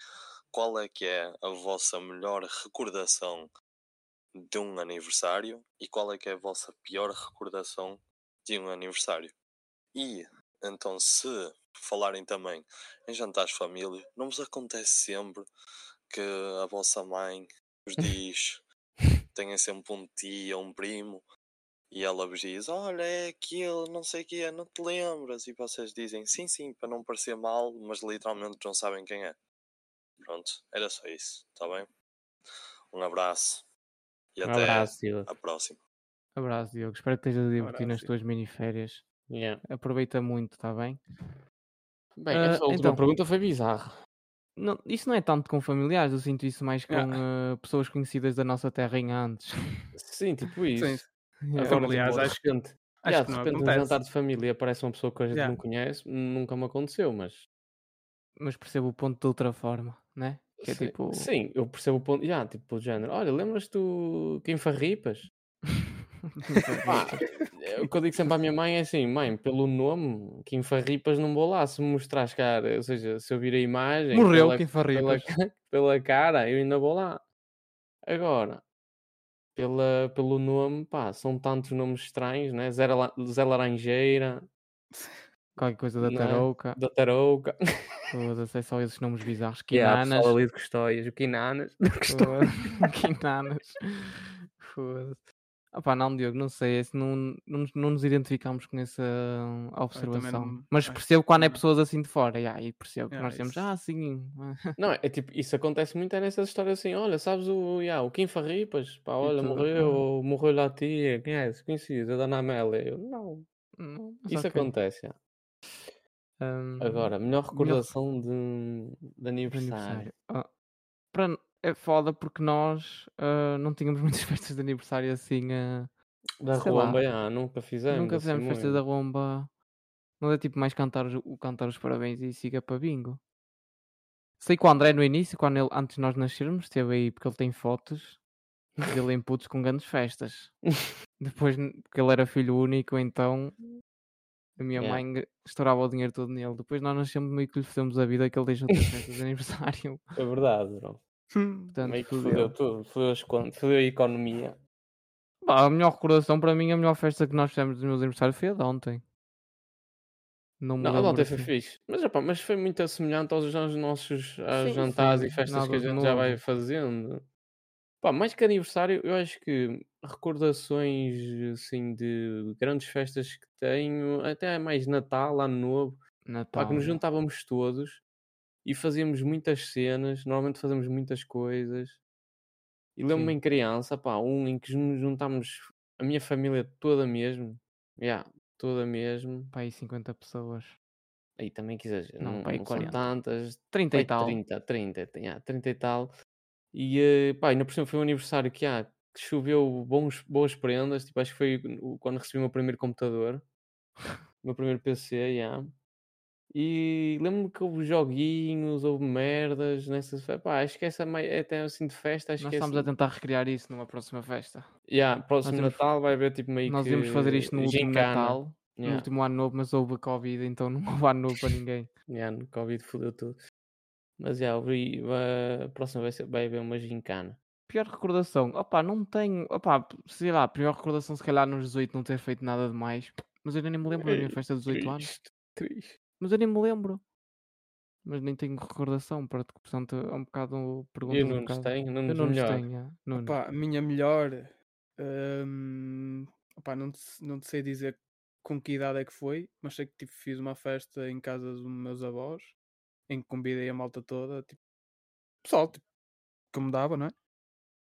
Speaker 5: qual é que é a vossa melhor recordação de um aniversário e qual é que é a vossa pior recordação de um aniversário? E então se falarem também em jantares de família, não vos acontece sempre que a vossa mãe vos diz tenha sempre um tio ou um primo e ela vos diz, olha, é aquilo, não sei o que é, não te lembras? E vocês dizem, sim, sim, para não parecer mal, mas literalmente não sabem quem é. Pronto, era só isso, está bem? Um abraço e
Speaker 3: Um
Speaker 5: até
Speaker 3: abraço, Silva.
Speaker 5: a próxima.
Speaker 2: Abraço, Diogo. Espero que estejas a divertir
Speaker 4: abraço,
Speaker 2: nas
Speaker 4: Diogo.
Speaker 2: tuas miniférias.
Speaker 3: Yeah.
Speaker 2: Aproveita muito, está bem?
Speaker 3: Bem,
Speaker 2: Ah,
Speaker 3: essa última
Speaker 2: então.
Speaker 3: pergunta foi bizarra.
Speaker 2: Não, isso não é tanto com familiares, eu sinto isso mais com
Speaker 4: Ah.
Speaker 2: eh, pessoas conhecidas da nossa terrinha antes.
Speaker 3: Sim, tipo isso.
Speaker 4: Sim,
Speaker 2: Yeah.
Speaker 3: Agora,
Speaker 4: Familiares,
Speaker 3: tipo, de
Speaker 4: acho-
Speaker 3: repente,
Speaker 4: acho
Speaker 3: yeah, de
Speaker 4: que não
Speaker 3: repente um
Speaker 4: acontece.
Speaker 3: jantar de família aparece uma pessoa que a gente
Speaker 4: Yeah.
Speaker 3: não conhece, nunca me aconteceu, mas
Speaker 2: Mas percebo o ponto de outra forma, né? Que é
Speaker 3: sim,
Speaker 2: tipo.
Speaker 3: sim, eu percebo o ponto, yeah, tipo, do género, olha, lembras-te do quem farripas? Pá, o que eu digo sempre à minha mãe é assim, mãe, pelo nome, quem farripas não vou lá, se me mostrares cara, ou seja, se eu vir a imagem
Speaker 2: Morreu
Speaker 3: pela,
Speaker 2: quem
Speaker 3: pela,
Speaker 2: farripas.
Speaker 3: ca- pela cara, eu ainda vou lá. Agora, pela, pelo nome, pá, são tantos nomes estranhos, né? Zé, Ala- Zé Laranjeira,
Speaker 2: Qualquer coisa da
Speaker 3: Não é?
Speaker 2: tarouca.
Speaker 3: da Tarouca,
Speaker 2: Todas, é só esses nomes bizarros.
Speaker 3: que é a
Speaker 2: Quinanas.
Speaker 3: pessoa ali de Custóias, o Quinanas,
Speaker 2: Foda- Quinanas. Foda-se. Opá, não, Diogo, não sei. esse não, não, não nos identificamos com essa hum, observação.
Speaker 4: não-
Speaker 2: Mas
Speaker 4: acho
Speaker 2: percebo
Speaker 4: que
Speaker 2: quando é
Speaker 4: não.
Speaker 2: pessoas assim de fora. E aí percebo que
Speaker 4: Yeah,
Speaker 2: nós temos,
Speaker 4: isso.
Speaker 2: ah, sim. ah",
Speaker 3: Não, é tipo, isso acontece muito é nessas histórias assim, olha, sabes o, ya, o Kim Farripas, pá, olha,
Speaker 2: tu,
Speaker 3: morreu,
Speaker 2: ah.
Speaker 3: ou morreu lá a tia, quem é? Se conheces, a Dona Amélia. Eu, não,
Speaker 2: não, mas
Speaker 3: isso
Speaker 2: ok.
Speaker 3: acontece, ya.
Speaker 2: Ahm,
Speaker 3: Agora, melhor
Speaker 2: melhor-
Speaker 3: recordação de, de
Speaker 2: de
Speaker 3: aniversário.
Speaker 2: aniversário. Ah, para n- é foda porque nós ah, não tínhamos muitas festas de aniversário assim. ah,
Speaker 3: Da
Speaker 2: Sei
Speaker 3: Rua
Speaker 2: lá.
Speaker 3: Ambaiá, nunca fizemos.
Speaker 2: nunca
Speaker 3: assim
Speaker 2: fizemos festas da
Speaker 3: muito.
Speaker 2: bomba. Não é tipo mais cantar os- o cantar os parabéns e siga para bingo. Sei que o André no início, quando ele, antes de nós nascermos, esteve aí porque ele tem fotos dele em putos com grandes festas. Depois, n- porque ele era filho único, então a minha
Speaker 3: Yeah.
Speaker 2: mãe estourava o dinheiro todo nele. Depois nós nascemos meio que lhe fizemos a vida que ele deixou de ter festas de aniversário.
Speaker 3: É verdade, bro.
Speaker 2: Portanto,
Speaker 3: Meio que
Speaker 2: fudeu.
Speaker 3: fudeu tudo, fudeu, as con- fudeu a economia.
Speaker 2: Pá, a melhor recordação para mim, a melhor festa que nós fizemos dos meus aniversários foi a de ontem. Não me
Speaker 3: Não, a
Speaker 2: lembro,
Speaker 3: Dota foi
Speaker 2: assim.
Speaker 3: fixe. Mas, epá, mas foi muito semelhante aos aos nossos aos
Speaker 2: Sim,
Speaker 3: jantares
Speaker 2: sim,
Speaker 3: e festas
Speaker 2: nada
Speaker 3: que a
Speaker 2: de
Speaker 3: gente já vai
Speaker 2: novo.
Speaker 3: fazendo. Pá, mais que aniversário, eu acho que recordações assim de grandes festas que tenho, até mais Natal, Ano Novo, pá,
Speaker 2: Natal.
Speaker 3: que nos
Speaker 2: yeah.
Speaker 3: juntávamos todos e fazíamos muitas cenas, normalmente fazemos muitas coisas. E lembro-me
Speaker 2: Sim.
Speaker 3: em criança, pá, um em que nos juntámos a minha família toda mesmo, yeah, toda mesmo.
Speaker 2: Pá, aí 50 pessoas.
Speaker 3: Aí também que exagero,
Speaker 2: Não,
Speaker 3: não,
Speaker 2: pá, aí
Speaker 3: não
Speaker 2: 40.
Speaker 3: são tantas,
Speaker 2: 30
Speaker 3: pai,
Speaker 2: e tal.
Speaker 3: 30, 30, tem, ah, 30 e tal. E eh, pá, ainda por cima foi um aniversário que, ah, que choveu bons, boas prendas, tipo, acho que foi o- quando recebi o meu primeiro computador, o meu primeiro PC, yeah. E lembro-me que houve joguinhos, houve merdas nessas festas. Pá, acho que essa mai- é até assim de festa, acho
Speaker 2: nós
Speaker 3: que
Speaker 2: estamos
Speaker 3: essa...
Speaker 2: a tentar recriar isso numa próxima festa.
Speaker 3: yeah, próximo
Speaker 2: íamos-
Speaker 3: Natal vai haver tipo meio
Speaker 2: nós
Speaker 3: que
Speaker 2: íamos fazer isto no último
Speaker 3: gincana,
Speaker 2: Natal, no
Speaker 3: yeah.
Speaker 2: último ano novo, mas houve Covid, então não houve ano novo para ninguém.
Speaker 3: Yeah, no Covid fudeu tudo. Mas já, abri, vai- a próxima vai, ser, vai haver uma gincana.
Speaker 2: Pior recordação. Opá, não tenho. Opá, sei lá, pior recordação se calhar nos 18 não ter feito nada de mais. Mas eu nem me lembro da minha
Speaker 3: Ei,
Speaker 2: festa dos 18 anos.
Speaker 3: É, Triste, triste.
Speaker 2: Mas eu nem me lembro. Mas nem tenho recordação, para portanto é um bocado pergunta.
Speaker 3: Eu não nos tenho, não
Speaker 2: Eu
Speaker 3: nos
Speaker 2: não nos
Speaker 3: melhor.
Speaker 2: tenho. é. Nuno.
Speaker 4: Opa, a minha melhor. hum, opa, não, te, não te sei dizer com que idade é que foi, mas sei que tipo, fiz uma festa em casa dos meus avós em que convidei a malta toda, tipo, pessoal, tipo, como dava, não é?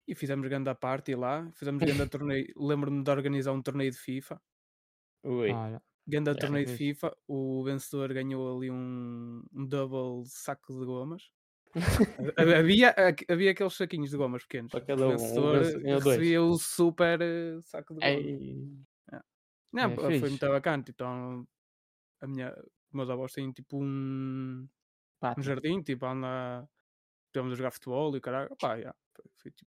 Speaker 4: E fizemos grande parte lá, fizemos grande torneio. Lembro-me de organizar um torneio de FIFA.
Speaker 3: Ui,
Speaker 2: Olha,
Speaker 4: Ganda
Speaker 3: É,
Speaker 4: torneio de
Speaker 2: pois.
Speaker 4: FIFA, o vencedor ganhou ali um, um double saco de gomas. Ha- havia, aqu- havia aqueles saquinhos de gomas pequenos.
Speaker 3: Para
Speaker 4: O
Speaker 3: cada um, o
Speaker 4: vencedor
Speaker 3: vencedor
Speaker 4: eh,
Speaker 3: ganhou dois.
Speaker 4: recebia o super eh, saco de gomas.
Speaker 3: ei,
Speaker 4: Não,
Speaker 2: é
Speaker 4: pá, foi
Speaker 2: fixe.
Speaker 4: muito bacana. tipo, Então, a minha, os meus avós têm tipo um,
Speaker 2: pá,
Speaker 4: um jardim, tipo, anda. Estivemos a jogar futebol e o caralho. Pá, já, foi, foi, tipo,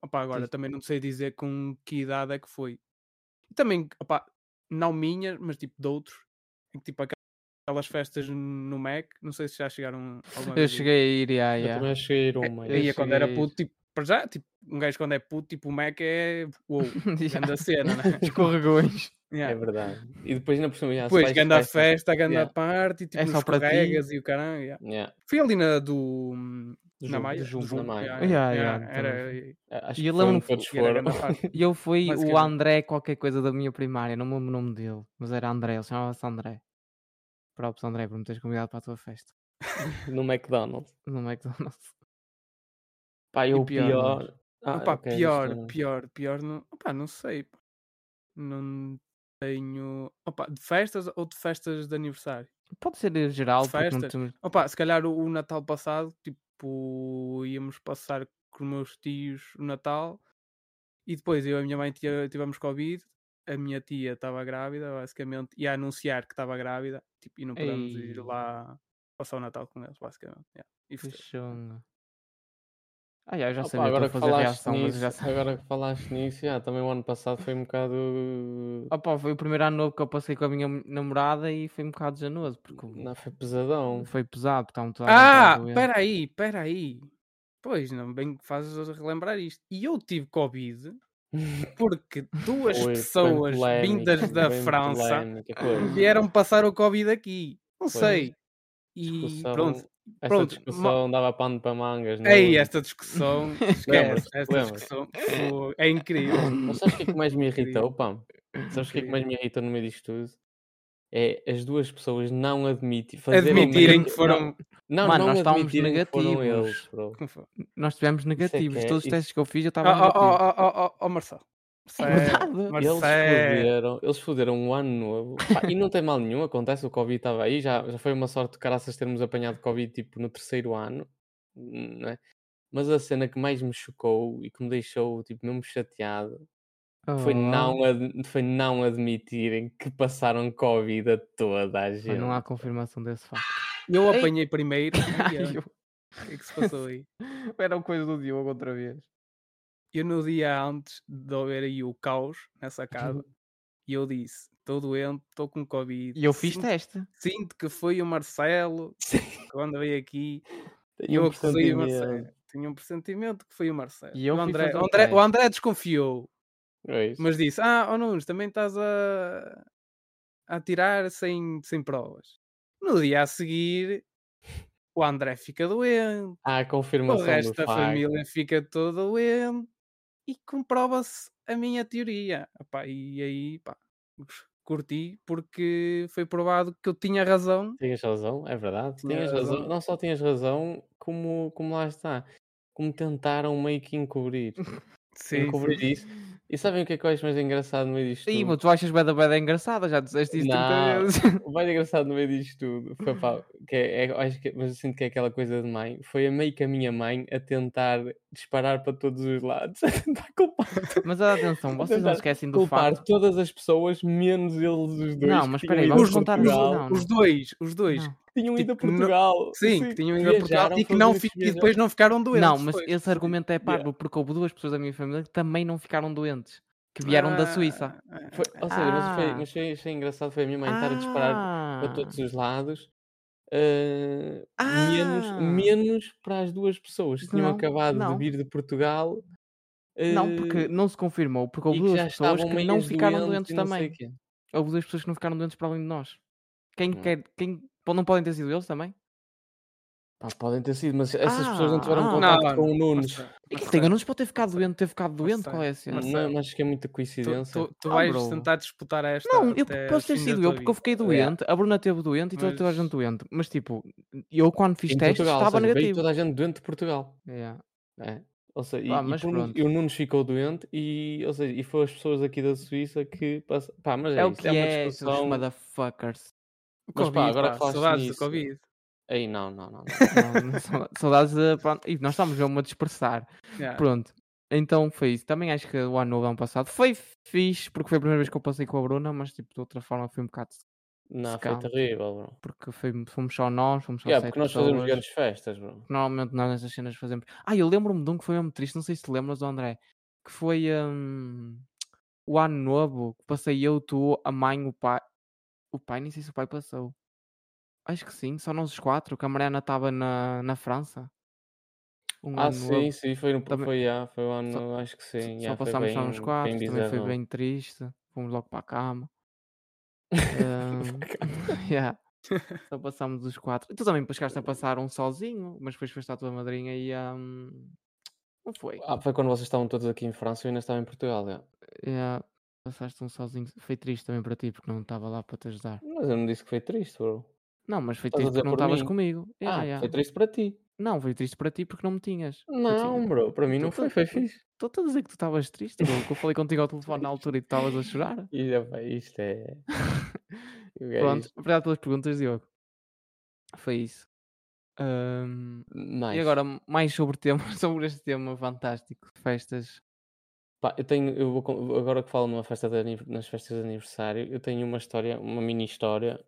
Speaker 4: Opa, agora
Speaker 2: Tens-
Speaker 4: também não sei dizer com que idade é que foi. E também, opa, não minha, mas tipo de outros. em que, tipo aqua- aquelas festas no Mac, não sei se já chegaram alguma
Speaker 2: Eu
Speaker 4: vez. a ir.
Speaker 2: cheguei a ir, yeah,
Speaker 3: Eu
Speaker 2: yeah.
Speaker 3: também acho que era uma.
Speaker 4: Eu
Speaker 2: eu
Speaker 4: ia quando era
Speaker 2: cheguei a ir.
Speaker 4: puto, tipo, para já, tipo, um gajo quando é puto, tipo, o Mac é uou,
Speaker 2: Já,
Speaker 4: grande a cena, né?
Speaker 2: Escorregões.
Speaker 3: É
Speaker 4: Yeah.
Speaker 3: verdade. E depois ainda por cima. já, se
Speaker 4: Depois,
Speaker 3: vais de
Speaker 4: grande a
Speaker 3: festa,
Speaker 4: festa, grande a
Speaker 2: Yeah.
Speaker 4: parte, tipo,
Speaker 2: É
Speaker 4: nos
Speaker 2: só para ti.
Speaker 4: escorregas e o caralho. yeah.
Speaker 3: yeah,
Speaker 4: Fui ali na do. hum,
Speaker 3: do
Speaker 4: na
Speaker 3: Jumbo-
Speaker 4: Maia?
Speaker 3: do
Speaker 4: do
Speaker 3: Jumbo,
Speaker 4: Jumbo,
Speaker 3: na Maia.
Speaker 4: yeah,
Speaker 2: Yeah,
Speaker 4: yeah,
Speaker 2: yeah,
Speaker 4: Era.
Speaker 3: A- Acho
Speaker 2: E
Speaker 3: que
Speaker 2: eu
Speaker 3: foi onde
Speaker 2: lembro-me-
Speaker 3: todos
Speaker 4: e era
Speaker 3: foram.
Speaker 4: grande a parte.
Speaker 2: E eu fui
Speaker 4: Mas que
Speaker 2: o
Speaker 4: era-
Speaker 2: André qualquer coisa da minha primária, não me lembro o nome dele, mas era André, ele chamava-se André. Próprio André, por me teres convidado para a tua festa.
Speaker 3: No McDonald's.
Speaker 2: No McDonald's.
Speaker 3: Pá, eu o
Speaker 2: pior,
Speaker 3: pior. Ah,
Speaker 4: Opa,
Speaker 3: ok, isto
Speaker 4: pior,
Speaker 3: não-
Speaker 4: pior, pior, não, opa, não sei. pá. Não tenho. Opa, de festas ou de festas de aniversário?
Speaker 2: Pode ser em geral, porque não
Speaker 4: Festas?
Speaker 2: temos.
Speaker 4: Opa, se calhar o, o Natal passado, tipo, íamos passar com os meus tios o Natal e depois eu e a minha mãe tia- tivemos Covid. A minha tia estava grávida, basicamente, e a anunciar que estava grávida, tipo, e não podemos ir
Speaker 2: Ei.
Speaker 4: lá passar o Natal com eles, basicamente. yeah, e
Speaker 2: Que
Speaker 4: festejar.
Speaker 2: chunga. Ah, já, eu já
Speaker 3: Opa,
Speaker 2: sabia
Speaker 3: agora
Speaker 2: agora
Speaker 3: que
Speaker 2: fazer a
Speaker 3: falaste
Speaker 2: reação, mas eu já
Speaker 3: nisso-
Speaker 2: sabia.
Speaker 3: Agora que falaste nisso, já, também o ano passado foi um bocado.
Speaker 2: Opa, foi o primeiro ano novo que eu passei com a minha mu- namorada e foi um bocado janoso, porque o-
Speaker 3: Não, foi pesadão.
Speaker 2: foi pesado, tá um porque estavam toda a gente lá
Speaker 4: Ah,
Speaker 2: doente.
Speaker 4: peraí, peraí. Pois, não bem que fazes a relembrar isto. E eu tive Covid porque duas
Speaker 3: Foi- foi
Speaker 4: pessoas
Speaker 3: polémica,
Speaker 4: vindas da
Speaker 3: foi
Speaker 4: França é
Speaker 3: polémica, pois.
Speaker 4: vieram passar o Covid aqui. Não
Speaker 3: Pois.
Speaker 4: sei. E
Speaker 3: Discussão-
Speaker 4: pronto.
Speaker 3: Esta
Speaker 4: pronto, ma-
Speaker 3: discussão dava pano para mangas. não
Speaker 4: Ei,
Speaker 3: é?
Speaker 4: esta discussão. Esquece.
Speaker 3: Lembras-te,
Speaker 4: Esta
Speaker 3: lembras-te.
Speaker 4: discussão foi- é incrível.
Speaker 3: Mas sabes o que é que mais me
Speaker 4: Incrível.
Speaker 3: irritou, pá? Sabes o que é que mais me irritou no meio disto tudo? É as duas pessoas não admitirem.
Speaker 4: Admitirem que foram.
Speaker 3: um Não,
Speaker 2: Mano,
Speaker 3: não
Speaker 2: nós estávamos
Speaker 3: admitirem que foram
Speaker 2: negativos.
Speaker 3: eles, bro.
Speaker 4: Como foi?
Speaker 2: Nós tivemos negativos,
Speaker 3: que é-
Speaker 2: todos os
Speaker 3: isso-
Speaker 2: testes que eu fiz eu
Speaker 4: Oh,
Speaker 2: estava
Speaker 4: oh,
Speaker 2: negativo.
Speaker 4: oh, oh, oh, oh, Marcelo.
Speaker 3: É
Speaker 4: Marcelo,
Speaker 2: verdade.
Speaker 3: Eles
Speaker 4: Marcelo.
Speaker 3: fuderam, eles fuderam um ano novo. Pá, e não tem mal nenhum, acontece, o Covid estava aí, já, já foi uma sorte de caraças termos apanhado Covid tipo no terceiro ano, não é? Mas a cena que mais me chocou e que me deixou tipo mesmo chateado foi,
Speaker 2: Oh,
Speaker 3: não, ad- foi não admitirem que passaram Covid a toda a gente.
Speaker 2: mas não há confirmação desse facto.
Speaker 4: Eu
Speaker 2: Ei.
Speaker 4: apanhei primeiro.
Speaker 2: Ai,
Speaker 4: e, ah,
Speaker 2: eu-
Speaker 4: O que é que se passou aí?
Speaker 2: Era uma coisa do Diogo outra vez.
Speaker 4: eu no dia antes de haver aí o caos nessa casa, e eu disse: estou doente, estou com Covid.
Speaker 2: Uhum. E eu fiz
Speaker 4: sinto,
Speaker 2: teste.
Speaker 4: sinto que foi o Marcelo
Speaker 3: Sim.
Speaker 4: quando veio aqui.
Speaker 3: Tenho
Speaker 4: E eu
Speaker 3: um
Speaker 4: acusei o
Speaker 3: pressentimento.
Speaker 4: Marcelo. Tinha um pressentimento que foi o Marcelo.
Speaker 2: E eu
Speaker 4: o,
Speaker 2: fui
Speaker 4: André,
Speaker 2: fazer o
Speaker 4: o, André, o
Speaker 2: teste.
Speaker 4: André desconfiou,
Speaker 3: É isso.
Speaker 4: mas disse: Ah, ó Nunes, também estás a, a tirar sem, sem provas. No dia a seguir, o André fica doente.
Speaker 3: Há a
Speaker 4: O
Speaker 3: confirmação
Speaker 4: resto
Speaker 3: do
Speaker 4: da
Speaker 3: facto.
Speaker 4: família fica toda doente e comprova-se a minha teoria. Epá, e aí, pá, curti porque foi provado que eu tinha razão.
Speaker 3: Tinhas razão, é verdade.
Speaker 4: Tinha
Speaker 3: Tinhas razão.
Speaker 4: razão.
Speaker 3: Não só tinhas razão, como, como lá está. Como tentaram meio que encobrir. encobrir isso. E sabem o que é que eu acho mais engraçado no meio disto
Speaker 2: Sim, mas
Speaker 3: tudo?
Speaker 2: tu achas bada bada engraçada, já disseste isso 30
Speaker 3: Não.
Speaker 2: vezes.
Speaker 3: O mais engraçado no meio disto tudo, foi, pá, que é, é- eu acho que, mas eu sinto que é aquela coisa de mãe, foi a meio que a minha mãe a tentar disparar para todos os lados, a tentar culpar,
Speaker 2: Mas atenção, vocês não
Speaker 3: tentar
Speaker 2: esquecem do
Speaker 3: culpar
Speaker 2: facto.
Speaker 3: todas as pessoas, menos eles os dois.
Speaker 2: Não,
Speaker 3: que
Speaker 2: mas
Speaker 3: tinham
Speaker 2: peraí,
Speaker 3: ido a
Speaker 2: vamos
Speaker 4: Os-
Speaker 2: contar
Speaker 4: os,
Speaker 3: Portugal.
Speaker 4: os dois, os dois.
Speaker 2: Não.
Speaker 3: que tinham ido a
Speaker 4: Tipo, não-
Speaker 3: Portugal.
Speaker 4: Sim, que tinham ido a Portugal
Speaker 3: viajaram,
Speaker 4: e que,
Speaker 3: foram
Speaker 4: não
Speaker 3: dois
Speaker 4: fi- e
Speaker 3: viajar-
Speaker 4: depois não ficaram doentes.
Speaker 2: Não, mas
Speaker 4: foi.
Speaker 2: esse argumento é
Speaker 3: Yeah.
Speaker 2: parvo, porque houve duas pessoas da minha família que também não ficaram doentes, que vieram da Suíça.
Speaker 4: Ah, ah, Ah.
Speaker 3: Foi- ou seja, mas, foi,
Speaker 2: Ah.
Speaker 3: mas foi, achei engraçado, foi a minha mãe estar a disparar para todos os lados. eh,
Speaker 2: Ah.
Speaker 3: menos, menos para as duas pessoas que tinham
Speaker 2: Não,
Speaker 3: acabado de
Speaker 2: não.
Speaker 3: vir de Portugal.
Speaker 2: Não, porque
Speaker 3: eh,
Speaker 2: não se confirmou, porque
Speaker 3: e
Speaker 2: houve
Speaker 3: que
Speaker 2: duas
Speaker 3: já
Speaker 2: pessoas
Speaker 3: estavam
Speaker 2: que não
Speaker 3: meias
Speaker 2: ficaram
Speaker 3: doentes
Speaker 2: doentes
Speaker 3: e não sei
Speaker 2: também.
Speaker 3: o quê.
Speaker 2: Houve duas pessoas que não ficaram doentes para além de nós. Quem
Speaker 3: Hum.
Speaker 2: quer, quem po- não podem ter sido eles também?
Speaker 3: Pá, podem ter sido, mas essas pessoas não
Speaker 2: Ah,
Speaker 3: tiveram
Speaker 2: ah.
Speaker 3: contato
Speaker 4: Não,
Speaker 3: com o
Speaker 4: não
Speaker 3: Nunes.
Speaker 4: sei,
Speaker 2: E
Speaker 4: não
Speaker 2: que
Speaker 4: sei.
Speaker 2: tem, eu não se pode ter ficado doente, ter ficado doente,
Speaker 4: sei,
Speaker 2: qual é a cena?
Speaker 4: não sei.
Speaker 3: Não, acho que é muita
Speaker 4: Tu,
Speaker 3: coincidência.
Speaker 4: tu, tu
Speaker 2: Ah,
Speaker 4: vais
Speaker 2: bro.
Speaker 4: tentar disputar esta.
Speaker 2: Não, eu
Speaker 4: até
Speaker 2: posso ter
Speaker 4: ao fim da
Speaker 2: sido
Speaker 4: tua
Speaker 2: eu, porque eu
Speaker 4: vida.
Speaker 2: fiquei
Speaker 3: Yeah.
Speaker 2: doente, a Bruna teve doente e toda- toda a
Speaker 4: Mas-
Speaker 2: gente doente. Mas tipo, eu quando fiz
Speaker 3: Em
Speaker 2: testes
Speaker 3: Portugal, ou
Speaker 2: é, estava
Speaker 3: seja, veio
Speaker 2: negativo.
Speaker 3: toda a gente doente de Portugal.
Speaker 2: Yeah.
Speaker 3: É. Ou seja, e,
Speaker 2: Pá,
Speaker 3: e
Speaker 2: mas
Speaker 3: por um- e o Nunes ficou doente e, ou seja, e foi as pessoas aqui da Suíça que passa... pá, mas é,
Speaker 2: É o
Speaker 3: isto,
Speaker 2: que
Speaker 3: é uma
Speaker 2: é, seus
Speaker 3: discussão.
Speaker 2: motherfuckers.
Speaker 4: O
Speaker 3: Mas,
Speaker 4: Covid,
Speaker 3: pá, agora
Speaker 4: pá,
Speaker 3: que falaste
Speaker 4: saudades
Speaker 3: nisso,
Speaker 4: do Covid.
Speaker 3: Ei, não, não, não. não.
Speaker 2: Não, não, sau- Saudades de. Pronto, e nós estamos mesmo a dispersar.
Speaker 4: Yeah.
Speaker 2: Pronto. Então foi isso. Também acho que o é ano novo ano passado foi fixe, porque foi a primeira vez que eu passei com a Bruna, mas tipo, de outra forma foi um bocado
Speaker 3: Não, foi
Speaker 2: Calma.
Speaker 3: terrível, bro.
Speaker 2: Porque foi- fomos só nós, fomos só
Speaker 3: Yeah,
Speaker 2: sete
Speaker 3: porque nós fazemos
Speaker 2: pessoas.
Speaker 3: grandes festas, bro.
Speaker 2: Normalmente nós nessas cenas fazemos. Ah, eu lembro-me de um que foi mesmo triste, não sei se te lembras, André, que foi hum, o ano novo, que passei eu, tu, a mãe, o pai. O pai, nem sei se o pai passou. Acho que sim, só nós os quatro, que a Mariana estava na, na França. Um
Speaker 3: Ah,
Speaker 2: ano novo.
Speaker 3: sim, sim, foi no
Speaker 2: Também-
Speaker 3: foi, yeah, foi o ano,
Speaker 2: só-
Speaker 3: acho que
Speaker 2: S-
Speaker 3: sim.
Speaker 2: Só
Speaker 3: yeah, foi
Speaker 2: passámos só uns
Speaker 3: bem-
Speaker 2: quatro,
Speaker 3: bem
Speaker 2: também foi
Speaker 3: bizarro.
Speaker 2: bem triste. Fomos logo para a cama. Ahm, yeah. Só passámos os quatro. Tu também chegaste a passar um sozinho, mas depois foste à tua madrinha e hum, não foi.
Speaker 3: Ah, foi quando vocês estavam todos aqui em França e eu ainda estava em Portugal, yeah.
Speaker 2: Yeah, Passaste um sozinho. Foi triste também para ti, porque não estava lá para te ajudar.
Speaker 3: Mas eu não disse que foi triste, bro.
Speaker 2: Não, mas foi
Speaker 3: Estás a
Speaker 2: triste
Speaker 3: dizer
Speaker 2: porque não
Speaker 3: por
Speaker 2: estavas
Speaker 3: mim?
Speaker 2: comigo. Yeah,
Speaker 3: ah,
Speaker 2: yeah.
Speaker 3: foi triste para ti.
Speaker 2: Não, foi triste para ti porque não me tinhas.
Speaker 3: Não, bro, para mim não foi, foi fixe.
Speaker 2: Estou a dizer que tu estavas triste, bro, que eu falei contigo ao telefone na altura e tu estavas a chorar.
Speaker 3: E, opa, isto é. o que é
Speaker 2: Pronto,
Speaker 3: isto?
Speaker 2: obrigado pelas perguntas, Diogo. Foi isso. Ahm,
Speaker 3: Nice.
Speaker 2: E agora, mais sobre, tema, sobre este tema fantástico, festas.
Speaker 3: Pá, eu tenho, eu vou con- agora que falo numa festa de aniv- nas festas de aniversário, eu tenho uma história, uma mini história.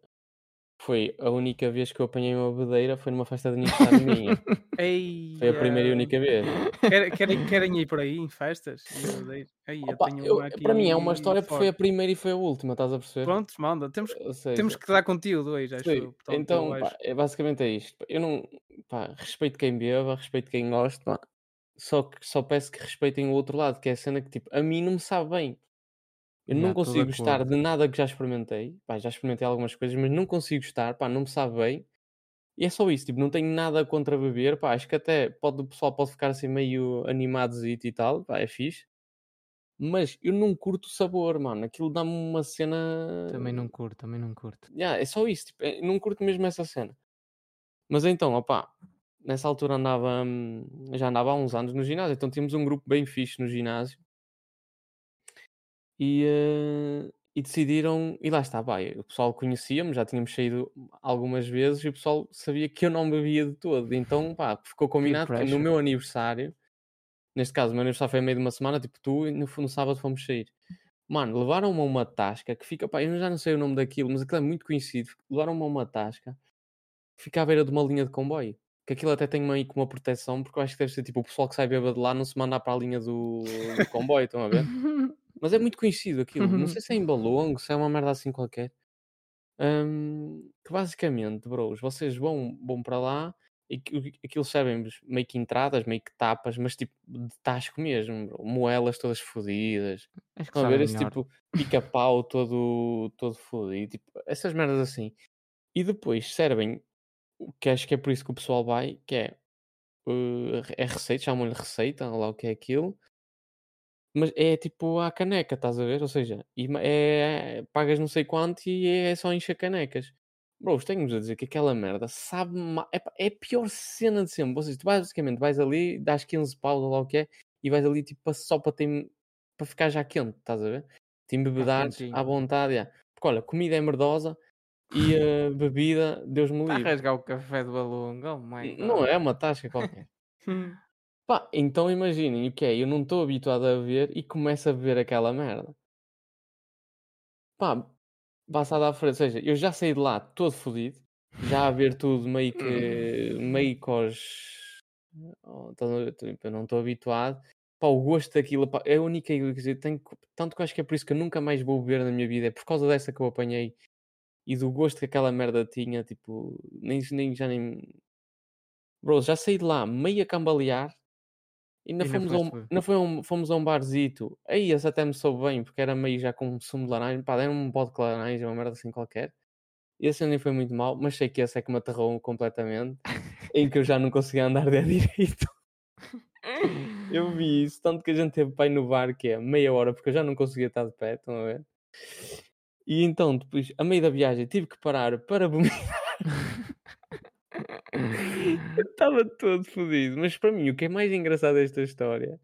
Speaker 3: Foi a única vez que eu apanhei uma bedeira foi numa festa de aniversário minha.
Speaker 4: Ei, ah.
Speaker 3: Foi a primeira e única vez.
Speaker 4: Quer- Querem, querem ir por aí em festas? Eu odeio. Ei, eu
Speaker 3: Opa,
Speaker 4: tenho
Speaker 3: eu-
Speaker 4: uma aqui
Speaker 3: para mim é uma história porque foi a
Speaker 4: forte.
Speaker 3: primeira e foi a última, estás a perceber?
Speaker 4: Pronto, manda. Temos,
Speaker 3: Ou seja,
Speaker 4: temos que dar conteúdo hoje, acho
Speaker 3: é. Sim,
Speaker 4: eu. Portanto, eu
Speaker 3: então,
Speaker 4: acho-
Speaker 3: pá, é, basicamente é isto. pá, Eu não, pá, respeito quem beba, respeito quem gosta, pá, só que só peço que respeitem o outro lado, que é a cena que, tipo, a mim não me sabe bem. Eu
Speaker 2: Ya,
Speaker 3: não
Speaker 2: tô de
Speaker 3: consigo gostar
Speaker 2: acordo.
Speaker 3: de nada que já experimentei, pá, já experimentei algumas coisas, mas não consigo gostar, pá, não me sabe bem. E é só isso, tipo, não tenho nada contra beber, pá, acho que até pode, o pessoal pode ficar assim meio animadozito e tal, pá, é fixe. Mas eu não curto o sabor, mano. Aquilo dá-me uma cena
Speaker 2: Também não curto, também não curto.
Speaker 3: Ya, é só isso, tipo, é- não curto mesmo essa cena. Mas então, opá, nessa altura andava, hum, já andava há uns anos no ginásio, então tínhamos um grupo bem fixe no ginásio. E, eh, e decidiram, e lá está, pá, o pessoal conhecíamos, já tínhamos saído algumas vezes e o pessoal sabia que eu não bebia de todo. Então, pá, ficou combinado que no
Speaker 2: pressure.
Speaker 3: meu aniversário, neste caso, o meu aniversário foi a meio de uma semana, tipo tu, e no, fu- no sábado fomos sair. Mano, levaram-me a uma tasca que fica, pá, eu já não sei o nome daquilo, mas aquilo é muito conhecido. Levaram-me a uma tasca que fica à beira de uma linha de comboio. Que aquilo até tem uma, aí com uma proteção, porque eu acho que deve ser tipo o pessoal que sai bêbado de lá não se mandar para a linha do, do comboio, estão a ver? Mas é muito conhecido aquilo. Não sei se é em Balongo, se é uma merda assim qualquer. Ahm, que basicamente, bros, vocês vão, vão para lá e que- o- aquilo servem-vos meio que entradas, meio que tapas, mas tipo de tasco mesmo, bro. Moelas todas fodidas.
Speaker 2: Acho que
Speaker 3: Estão a
Speaker 2: sabem
Speaker 3: ver esse
Speaker 2: melhor.
Speaker 3: tipo pica-pau todo, todo fodido, tipo, essas merdas assim. E depois servem, o que acho que é por isso que o pessoal vai, que é, uh, é receita, chamam-lhe receita, lá o que é aquilo. Mas é tipo a caneca, estás a ver? Ou seja, e ma- é, pagas não sei quanto e é só encher canecas. Bros, tenho-vos a dizer que aquela merda sabe. ma- É, pá, é a pior cena de sempre. Vocês, tu basicamente vais ali, dás 15 paus ou lá o que é, e vais ali tipo pa- só para ter- para ficar já quente, estás a ver? Te embebedares à
Speaker 2: quentinho.
Speaker 3: vontade. já. Porque olha, comida é merdosa e a bebida, Deus me
Speaker 2: Está a
Speaker 3: livre.
Speaker 2: rasgar o café do balão, oh my
Speaker 3: N- Não
Speaker 2: God.
Speaker 3: é uma tasca qualquer.
Speaker 4: Hum.
Speaker 3: Pá, então imaginem o que é, eu não estou habituado a ver e começo a ver aquela merda. Pá, passado à frente, ou seja, eu já saí de lá todo fodido, já a ver tudo meio que, meio que aos... Oh, estás a ver? Tipo, eu não estou habituado. Pá, o gosto daquilo, pá, é a única coisa que eu tenho, que- tanto que eu acho que é por isso que eu nunca mais vou beber na minha vida, é por causa dessa que eu apanhei e do gosto que aquela merda tinha, tipo, nem, nem já nem... Bro, já saí de lá meio a cambalear, ainda,
Speaker 2: Ainda
Speaker 3: fomos, a
Speaker 2: foste
Speaker 3: um,
Speaker 2: beber.
Speaker 3: ainda foi a um, fomos a um barzito. Aí esse até me soube bem, porque era meio já com um sumo de laranja. Pá, deram-me um bode de laranja, uma merda assim qualquer. Esse nem foi muito mal, mas sei que esse é que me aterrou completamente. em que eu já não conseguia andar de direito. Eu vi isso, tanto que a gente teve pai no bar que é meia hora, porque eu já não conseguia estar de pé, estão a ver? E então, depois, a meio da viagem, tive que parar para vomitar. Eu estava todo fodido, mas para mim, o que é mais engraçado desta história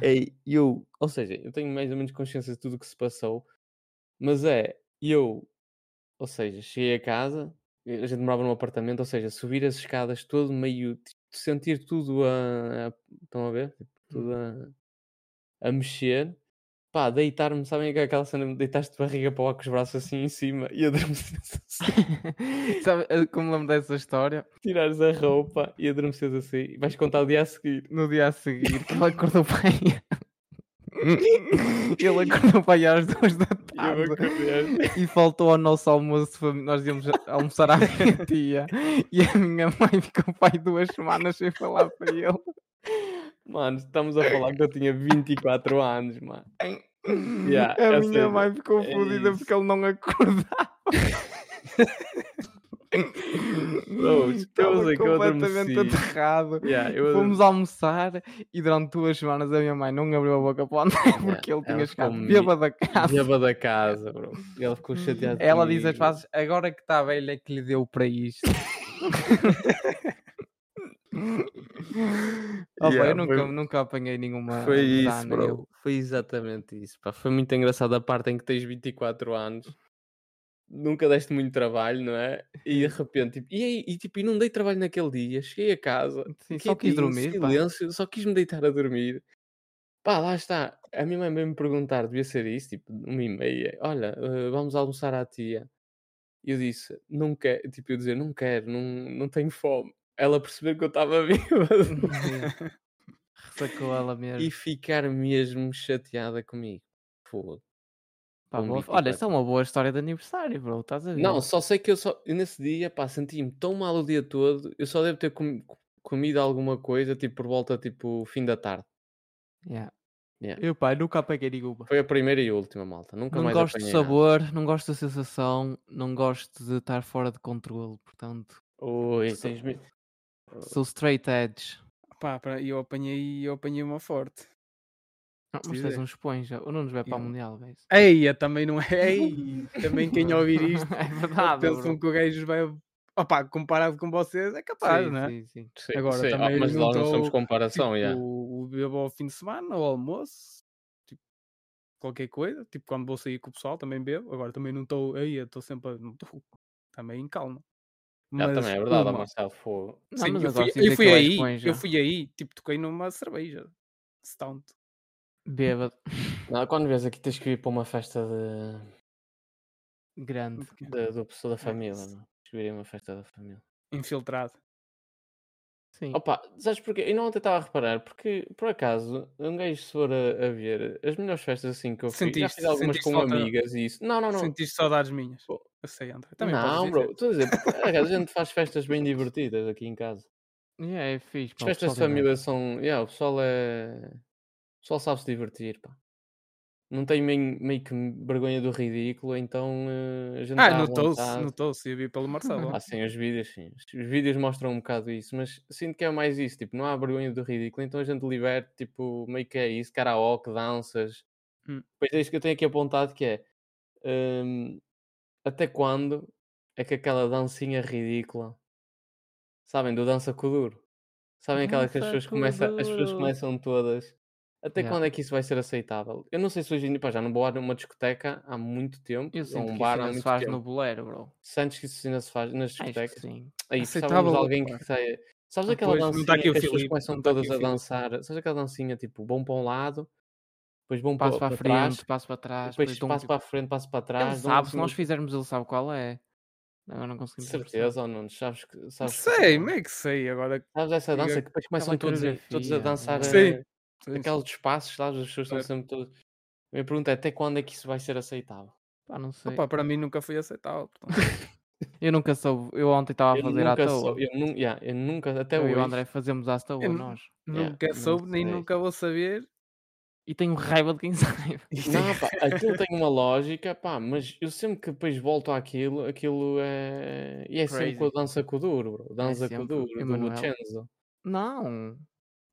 Speaker 3: é eu, ou seja, eu tenho mais ou menos consciência de tudo o que se passou, mas é eu, ou seja, cheguei a casa, a gente morava num apartamento, ou seja, subir as escadas todo meio, tipo, sentir tudo a, a- estão a ver? Tipo, tudo a, a mexer, Pá, deitar-me, sabem aquela aquela cena de deitaste de barriga para lá com os braços assim em cima e adormeces assim,
Speaker 2: Sabe, eh, como lembro dessa história,
Speaker 3: tirares a roupa e adormeces assim e vais contar o dia a seguir.
Speaker 2: no dia a seguir, que ele acordou para aí. ele acordou para aí às duas da
Speaker 3: E eu
Speaker 2: tarde.
Speaker 3: acordei.
Speaker 2: e faltou ao nosso almoço, fam- nós íamos a- almoçar à minha tia e a minha mãe ficou pai duas semanas sem falar para ele.
Speaker 3: Mano, estamos a falar que eu tinha 24 anos, mano. Yeah,
Speaker 2: a
Speaker 3: eu
Speaker 2: minha
Speaker 3: sei,
Speaker 2: mãe ficou
Speaker 3: é
Speaker 2: fodida
Speaker 3: isso.
Speaker 2: porque ele não acordava.
Speaker 3: Bro, estamos
Speaker 2: Estava
Speaker 3: aqui a
Speaker 2: completamente
Speaker 3: adormeci.
Speaker 2: aterrado.
Speaker 3: Yeah, eu
Speaker 2: Fomos almoçar e durante duas semanas a minha mãe não abriu a boca para o André porque ele
Speaker 3: ela ficou
Speaker 2: tinha chegado
Speaker 3: mi-
Speaker 2: bêbado da casa.
Speaker 3: Beba da casa, bro. E Ele ficou chateado.
Speaker 2: Ela diz as
Speaker 3: comigo.
Speaker 2: frases, agora que está velha é que lhe deu para isto. Opa,
Speaker 3: Yeah,
Speaker 2: Oh, eu nunca,
Speaker 3: foi-
Speaker 2: nunca apanhei nenhuma.
Speaker 3: Foi isso,
Speaker 2: dana,
Speaker 3: bro.
Speaker 2: eu.
Speaker 3: Foi exatamente isso. Pá. Foi muito engraçado a parte em que tens 24 anos, nunca deste muito trabalho, não é? E de repente, tipo, e, aí- e, tipo, e não dei trabalho naquele dia. Cheguei a casa, fiquei
Speaker 2: Sim, só quis
Speaker 3: aqui em
Speaker 2: dormir. pá.
Speaker 3: é tipo, Silêncio, só quis me deitar a dormir. Pá, lá está. A minha mãe veio me perguntar, devia ser isso, tipo, uma e meia. Olha, eh, vamos almoçar à tia. E eu disse, não quero, tipo, eu dizer, não quero, não, não tenho fome. Ela percebeu que eu estava bêbado
Speaker 2: Yeah. Ressacou ela mesmo.
Speaker 3: e ficar mesmo chateada comigo. Fogo.
Speaker 2: Pá,
Speaker 3: com
Speaker 2: boa-
Speaker 3: 24.
Speaker 2: Olha, isso é uma boa história de aniversário, bro. Estás a ver?
Speaker 3: Não, só sei que eu só eu nesse dia, pá, senti-me tão mal o dia todo. Eu só devo ter comi- co- comido alguma coisa, tipo, por volta, tipo, fim da tarde.
Speaker 2: Yeah.
Speaker 3: Yeah.
Speaker 2: Eu, pá, nunca apanhei nenhuma.
Speaker 3: Foi a primeira e última, malta. Nunca
Speaker 2: Não
Speaker 3: mais
Speaker 2: gosto do
Speaker 3: apanhei nada.
Speaker 2: sabor, não gosto da sensação, não gosto de estar fora de controle. Portanto,
Speaker 3: Ui, tens me-
Speaker 2: sou straight edge.
Speaker 4: Pá, pra- eu apanhei, eu apanhei uma forte.
Speaker 2: Não, mas
Speaker 4: Pois
Speaker 2: tens
Speaker 4: é.
Speaker 2: um esponja. Ou não nos vai para o
Speaker 4: Eu-
Speaker 2: Mundial, guys.
Speaker 4: Eia, também não é. Ei, também quem ouvir isto
Speaker 2: é verdade.
Speaker 4: pensam
Speaker 2: bro.
Speaker 4: que o gajo vai. Opá, comparado com vocês, é capaz,
Speaker 2: sim,
Speaker 4: não é?
Speaker 2: sim, sim.
Speaker 3: Sim,
Speaker 4: Agora
Speaker 3: sim, ah,
Speaker 4: também
Speaker 3: mas
Speaker 4: não
Speaker 3: nós não somos
Speaker 4: tô,
Speaker 3: comparação,
Speaker 4: tipo,
Speaker 3: yeah.
Speaker 4: o bebo ao fim de semana, ao almoço, tipo, qualquer coisa. Tipo, quando vou sair com o pessoal também bebo. Agora também não estou aí, eu estou sempre. a- Não tô, também em calma.
Speaker 3: Já
Speaker 4: Mas
Speaker 3: também é verdade,
Speaker 4: uma-
Speaker 3: Marcelo Fogo.
Speaker 2: Não,
Speaker 4: Sim,
Speaker 2: mas
Speaker 4: eu
Speaker 2: eu gosto
Speaker 4: fui,
Speaker 2: de
Speaker 4: eu
Speaker 2: dizer que
Speaker 4: fui
Speaker 2: ele é
Speaker 4: aí,
Speaker 2: esponja.
Speaker 4: eu fui aí, tipo, toquei numa cerveja. Stout.
Speaker 2: Bêbado.
Speaker 3: Não, quando vês aqui tens que ir para uma festa de,
Speaker 2: Grande.
Speaker 3: de- do pessoal da família, não? é? Tens que ir a uma festa da família.
Speaker 4: Infiltrado.
Speaker 2: Sim.
Speaker 3: Opa, sabes porquê? Eu não ontem estava a reparar, porque por acaso, um gajo se for a, a ver, as melhores festas assim que eu fui, já
Speaker 4: Sentiste-
Speaker 3: fiz algumas
Speaker 4: sentiste
Speaker 3: com
Speaker 4: falta-
Speaker 3: amigas e isso. Não, não, não.
Speaker 4: Sentiste saudades minhas.
Speaker 3: Pô.
Speaker 4: Eu sei, André. Também podes
Speaker 3: não,
Speaker 4: dizer.
Speaker 3: bro, estou a dizer, porque, por acaso, a gente faz festas bem divertidas aqui em casa.
Speaker 2: Yeah, é fixe.
Speaker 3: As
Speaker 2: pá, o
Speaker 3: festas de
Speaker 2: pessoal tem
Speaker 3: família são. Yeah, o pessoal é. O pessoal sabe se divertir, pá. Não tem meio, meio que vergonha do ridículo, então eh, a gente
Speaker 4: Ah,
Speaker 3: tá à
Speaker 4: notou-se,
Speaker 3: vontade.
Speaker 4: notou-se. Eu vi pelo Marcelo.
Speaker 2: Uhum.
Speaker 3: Ah, sim, os vídeos, sim. Os- Os vídeos mostram um bocado isso, mas sinto que é mais isso, tipo, não há vergonha do ridículo, então a gente libera, tipo, meio que é isso, karaoke, danças.
Speaker 4: Hum.
Speaker 3: Depois é isso que eu tenho aqui apontado, que é, hum, até quando é que aquela dancinha ridícula, sabem, do dança com o duro? Sabem aquela que as
Speaker 2: Dança
Speaker 3: pessoas,
Speaker 2: com o
Speaker 3: começa, as pessoas
Speaker 2: duro.
Speaker 3: começam todas... Até
Speaker 2: Yeah.
Speaker 3: quando é que isso vai ser aceitável? Eu não sei se hoje em dia, pá, já não vou a uma discoteca há muito tempo,
Speaker 2: Eu
Speaker 3: ou a
Speaker 2: sinto
Speaker 3: um
Speaker 2: que isso
Speaker 3: bar há
Speaker 2: ainda
Speaker 3: muito
Speaker 2: se faz
Speaker 3: tempo.
Speaker 2: no bolero, bro.
Speaker 3: Santos que isso ainda se faz nas
Speaker 2: Acho que
Speaker 3: discotecas.
Speaker 2: sim.
Speaker 3: Aí precisávamos
Speaker 4: Aceitável,
Speaker 3: de alguém
Speaker 2: é?
Speaker 4: claro.
Speaker 3: que saia. Sabes
Speaker 4: Ah,
Speaker 3: aquela
Speaker 4: pois, não
Speaker 3: dancinha
Speaker 4: tá aqui o
Speaker 3: que as pessoas
Speaker 4: Filipe,
Speaker 3: começam
Speaker 4: não tá aqui
Speaker 3: todas
Speaker 4: o
Speaker 3: a
Speaker 4: Filipe.
Speaker 3: dançar? Sabes aquela dancinha tipo bom para um lado, depois bom
Speaker 2: Passo
Speaker 3: para,
Speaker 2: para a
Speaker 3: para trás,
Speaker 2: frente, passo para trás.
Speaker 3: depois
Speaker 2: dou um
Speaker 3: passo
Speaker 2: tipo-
Speaker 3: para a frente, passo para trás.
Speaker 2: Ele
Speaker 3: dão
Speaker 2: sabe,
Speaker 3: assim
Speaker 2: se nós
Speaker 3: umas-
Speaker 2: fizermos, ele sabe qual é. Agora não
Speaker 3: De
Speaker 2: conseguimos. expressar.
Speaker 3: certeza ou não? Sabes que
Speaker 4: Não
Speaker 3: sabes que-
Speaker 4: sei, meio que sei. Agora,
Speaker 3: sabes essa
Speaker 4: Diga
Speaker 3: dança que depois começam
Speaker 2: aquela
Speaker 3: todos a, todos a
Speaker 2: coreografia,
Speaker 3: dançar
Speaker 2: não
Speaker 4: é?
Speaker 3: eh,
Speaker 4: Sim, sim,
Speaker 3: aqueles espaços, sabes? As pessoas estão
Speaker 4: Claro.
Speaker 3: sempre todas. A minha pergunta é até quando é que isso vai ser aceitável?
Speaker 2: Pá, não sei.
Speaker 4: opa, para mim nunca foi aceitável. portanto.
Speaker 2: Eu nunca soube. Eu ontem estava a
Speaker 3: eu,
Speaker 2: fazer à
Speaker 3: nunca
Speaker 2: toa.
Speaker 3: sou, eu, nu- yeah, eu nunca, até
Speaker 2: Eu e
Speaker 3: hoje.
Speaker 2: o André fazemos à toa,
Speaker 4: Eu não-
Speaker 2: nós.
Speaker 3: Yeah,
Speaker 4: nunca
Speaker 3: não
Speaker 4: soube, nem
Speaker 3: sei.
Speaker 4: nunca vou saber.
Speaker 2: E tenho raiva de quem sabe.
Speaker 3: Não, pá, aquilo tem uma lógica, pá, mas eu sempre que depois volto àquilo, aquilo é. E é sempre com a
Speaker 2: Crazy.
Speaker 3: dança com o duro, bro. Dança É com o
Speaker 2: sempre,
Speaker 3: duro, do
Speaker 2: Emanuel.
Speaker 3: Lucenzo.
Speaker 2: Não.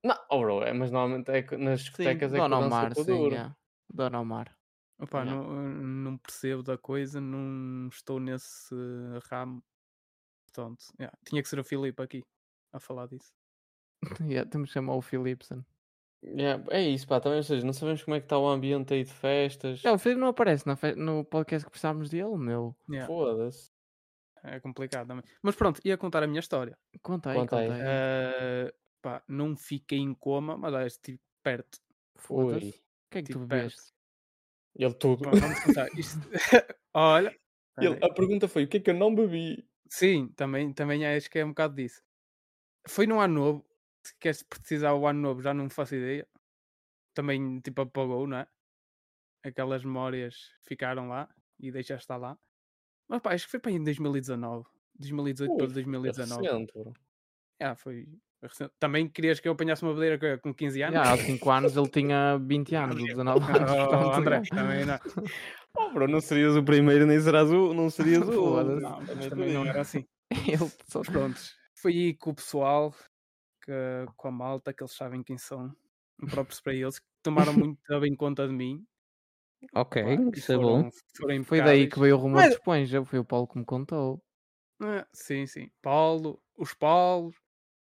Speaker 3: Não, oh, bro, é, mas normalmente é, co- nas discotecas
Speaker 2: Sim,
Speaker 3: é com a
Speaker 2: Dona
Speaker 3: dança
Speaker 2: Omar,
Speaker 3: com o
Speaker 2: sim.
Speaker 3: duro.
Speaker 2: Yeah. Dona Omar.
Speaker 4: Opa,
Speaker 3: Yeah.
Speaker 4: não, não percebo da coisa, não estou nesse ramo. Portanto, yeah, tinha que ser o Filipe aqui a falar disso.
Speaker 2: Yeah, temos que chamar o Philipson.
Speaker 3: Yeah, é isso, pá, também, ou seja, não sabemos como é que está o ambiente aí de festas.
Speaker 2: Não, o Filipe não aparece na fe- no podcast que precisávamos dele, meu.
Speaker 4: Yeah,
Speaker 3: Foda-se.
Speaker 4: é complicado também. Mas pronto, ia contar a minha história.
Speaker 2: Conta aí,
Speaker 3: Conta
Speaker 2: conta
Speaker 3: aí.
Speaker 2: aí.
Speaker 4: Ah, pá, não fiquei em coma, mas ah, estive perto.
Speaker 2: Foda-se.
Speaker 3: Ui.
Speaker 2: O que é que tu
Speaker 4: Tipo,
Speaker 2: bebeste?
Speaker 3: Ele tudo.
Speaker 4: Pronto, vamos começar. Isto- Olha,
Speaker 3: Ele- a pergunta foi: o que é que eu não bebi?
Speaker 4: sim, também, também acho que é um bocado disso. Foi no ano novo. Se queres precisar o ano novo, já não faço ideia. Também tipo apagou, não é? Aquelas memórias ficaram lá e deixaste estar lá. Mas pá, acho que foi para aí em 2019. 2018
Speaker 3: Ui,
Speaker 4: para
Speaker 3: foi
Speaker 4: 2019.
Speaker 3: é Recente, bro.
Speaker 4: Ah, foi. recente. Também querias que eu apanhasse uma bandeira co- com 15 anos?
Speaker 2: Já, há 5 anos ele tinha 20 anos, ou 19
Speaker 4: Oh,
Speaker 2: anos. portanto,
Speaker 4: André, também não.
Speaker 3: Oh, bro, não serias o primeiro, nem serás o. Não serias o.
Speaker 2: Foda-se.
Speaker 4: Não, mas
Speaker 3: Também
Speaker 4: também não
Speaker 3: foi.
Speaker 4: era assim.
Speaker 2: Ele só
Speaker 4: Prontos. Foi aí com o pessoal, que- com a malta, que eles sabem quem são. Próprios para eles, que tomaram muito bem conta de mim.
Speaker 3: Ok,
Speaker 4: pá, e
Speaker 3: isso é
Speaker 4: foram-
Speaker 3: bom.
Speaker 4: foram
Speaker 2: Foi daí
Speaker 4: impecáveis.
Speaker 2: que veio o rumor
Speaker 4: Mas-
Speaker 2: dos pões, já foi o Paulo que me contou.
Speaker 4: Ah, sim, sim. Paulo, os Paulos,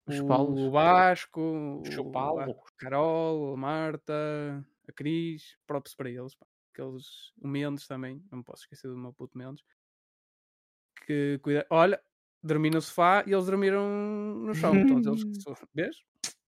Speaker 2: Os
Speaker 4: o
Speaker 2: Paulos?
Speaker 3: um
Speaker 4: Vasco, o
Speaker 3: Chupá-lo.
Speaker 4: a Carol, a Marta, a Cris, próprios para eles. pá. Aqueles, o Mendes também, não me posso esquecer do meu puto Mendes. Que cuida, olha, dormi no sofá e eles dormiram no chão. Todos eles que sou- Vês?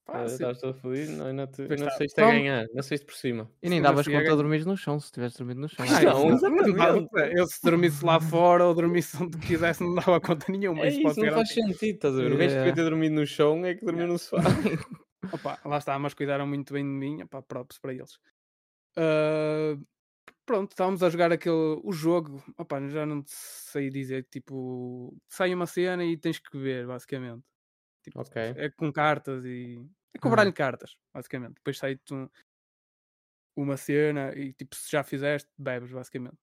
Speaker 3: Ah, tá,
Speaker 4: Fácil.
Speaker 3: Estás a feliz? Não, não, te,
Speaker 4: Pois
Speaker 3: não
Speaker 4: está.
Speaker 3: sei se a
Speaker 4: Tom-
Speaker 3: ganhar, não sei se por cima.
Speaker 2: E nem
Speaker 4: Sim,
Speaker 2: davas
Speaker 4: assim é
Speaker 2: conta de
Speaker 4: ganho.
Speaker 2: dormir no chão, se tivesse dormido no chão.
Speaker 3: Ah,
Speaker 2: era
Speaker 3: não,
Speaker 2: isso.
Speaker 4: Não dava-
Speaker 3: exatamente.
Speaker 4: Eu se dormisse lá fora ou dormisse onde quisesse, não dava conta nenhuma.
Speaker 3: É
Speaker 4: isso posso
Speaker 3: isso, não faz
Speaker 4: garantir.
Speaker 3: sentido, estás a ver? O gajo que devia
Speaker 2: Yeah.
Speaker 3: ter dormido no chão é que dormiu no sofá.
Speaker 4: Opa, lá está, mas cuidaram muito bem de mim, opá, props para eles. Ah, pronto, estávamos a jogar aquele, o jogo, opá, já não te sei dizer, tipo, sai uma cena e tens que ver, basicamente. Tipo,
Speaker 3: Ok. Uhum.
Speaker 4: É com cartas e... É com
Speaker 2: Ah.
Speaker 4: baralho de cartas, basicamente. Depois sai-te um- uma cena e, tipo, se já fizeste, bebes, basicamente.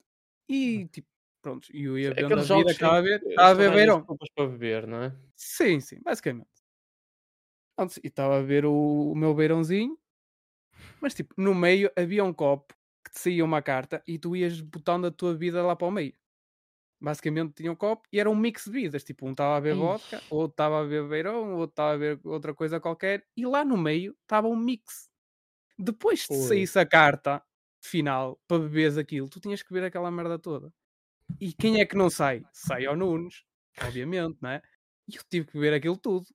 Speaker 4: E, tipo, pronto, e eu ia
Speaker 3: Uhum.
Speaker 4: vendo a
Speaker 3: É Aqueles
Speaker 4: vida,
Speaker 3: jogos
Speaker 4: estava a ver,
Speaker 3: sempre-
Speaker 4: estava a
Speaker 3: são às
Speaker 4: ver
Speaker 3: vezes
Speaker 4: Beirão.
Speaker 3: desculpas para beber, não é?
Speaker 4: Sim, sim, basicamente. Pronto, e estava a ver o, o meu beirãozinho, mas tipo, no meio havia um copo que te saía uma carta e tu ias botando a tua vida lá para o meio. Basicamente tinha um copo e era um mix de vidas. Tipo, um estava a ver
Speaker 2: Ei.
Speaker 4: vodka, outro estava a ver beirão, outro estava a ver outra coisa qualquer, e lá no meio estava um mix. Depois de
Speaker 3: Ui.
Speaker 4: saísse a carta final para beberes aquilo, tu tinhas que ver aquela merda toda. E quem é que não sai? Sai ao Nunes, obviamente, não é? E eu tive que beber aquilo tudo.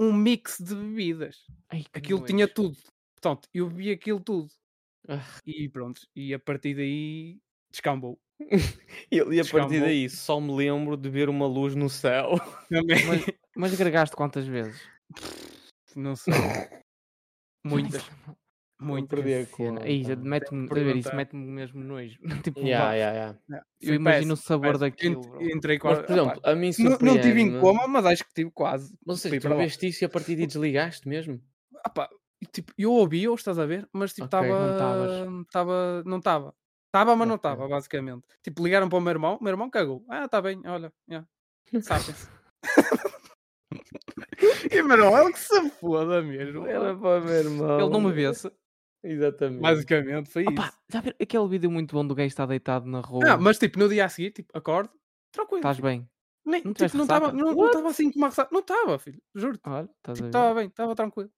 Speaker 4: Um mix de bebidas.
Speaker 2: Ai, que
Speaker 4: Aquilo tinha
Speaker 2: nojo.
Speaker 4: tudo. Portanto, eu bebi aquilo tudo.
Speaker 3: Ah.
Speaker 4: E pronto. E a partir daí descambou.
Speaker 3: E, e a partir
Speaker 4: Descambou.
Speaker 3: daí só me lembro de ver uma luz no céu.
Speaker 4: Também.
Speaker 2: Mas, mas gregaste quantas vezes?
Speaker 4: Não sei. Muitas,
Speaker 3: Eu
Speaker 4: muitas.
Speaker 3: perdi a
Speaker 2: Cena.
Speaker 3: conta.
Speaker 2: Aí, já é mete-me, a ver, isso
Speaker 4: perguntar.
Speaker 2: mete-me mesmo nojo. tipo,
Speaker 3: Yeah,
Speaker 2: vá,
Speaker 3: yeah, yeah.
Speaker 2: eu imagino o sabor
Speaker 4: Ent-
Speaker 2: daquilo. bro.
Speaker 4: Entrei
Speaker 3: Mas,
Speaker 4: quase.
Speaker 3: por exemplo, a mim
Speaker 4: não,
Speaker 3: surpreende.
Speaker 4: não tive em coma, mas acho que tive quase.
Speaker 3: Ou seja,
Speaker 4: Fui
Speaker 3: tu
Speaker 4: para lá.
Speaker 3: veste isso e a partir daí desligaste mesmo?
Speaker 4: Ah pá, e, tipo, eu ouvi, ou estás a ver, mas tipo,
Speaker 3: Ok,
Speaker 4: estava.
Speaker 2: não
Speaker 4: não
Speaker 2: tavas.
Speaker 4: estava. Não estava. Estava, mas não
Speaker 3: Ok.
Speaker 4: estava, basicamente. Tipo, ligaram para o meu irmão, o meu irmão cagou. Ah, está bem, olha. Yeah. Sapem-se. e meu irmão, ele que se foda mesmo.
Speaker 2: é
Speaker 3: Era para ver, Oh, irmão.
Speaker 2: Ele não me vê-se.
Speaker 3: Exatamente.
Speaker 4: Basicamente foi
Speaker 2: Opa,
Speaker 4: isso.
Speaker 2: já viram aquele vídeo muito bom do gajo estar deitado na rua?
Speaker 4: Ah, mas tipo, no dia a seguir, tipo, acordo, tranquilo.
Speaker 2: Estás bem?
Speaker 4: Nem,
Speaker 2: não
Speaker 4: tipo,
Speaker 2: tiveste
Speaker 4: não estava
Speaker 2: ressaca?
Speaker 4: não, não
Speaker 2: What?
Speaker 4: tava assim com uma ressaca. Não estava, filho, juro-te.
Speaker 2: Olha, estás a ver?
Speaker 4: Estava bem, estava tranquilo.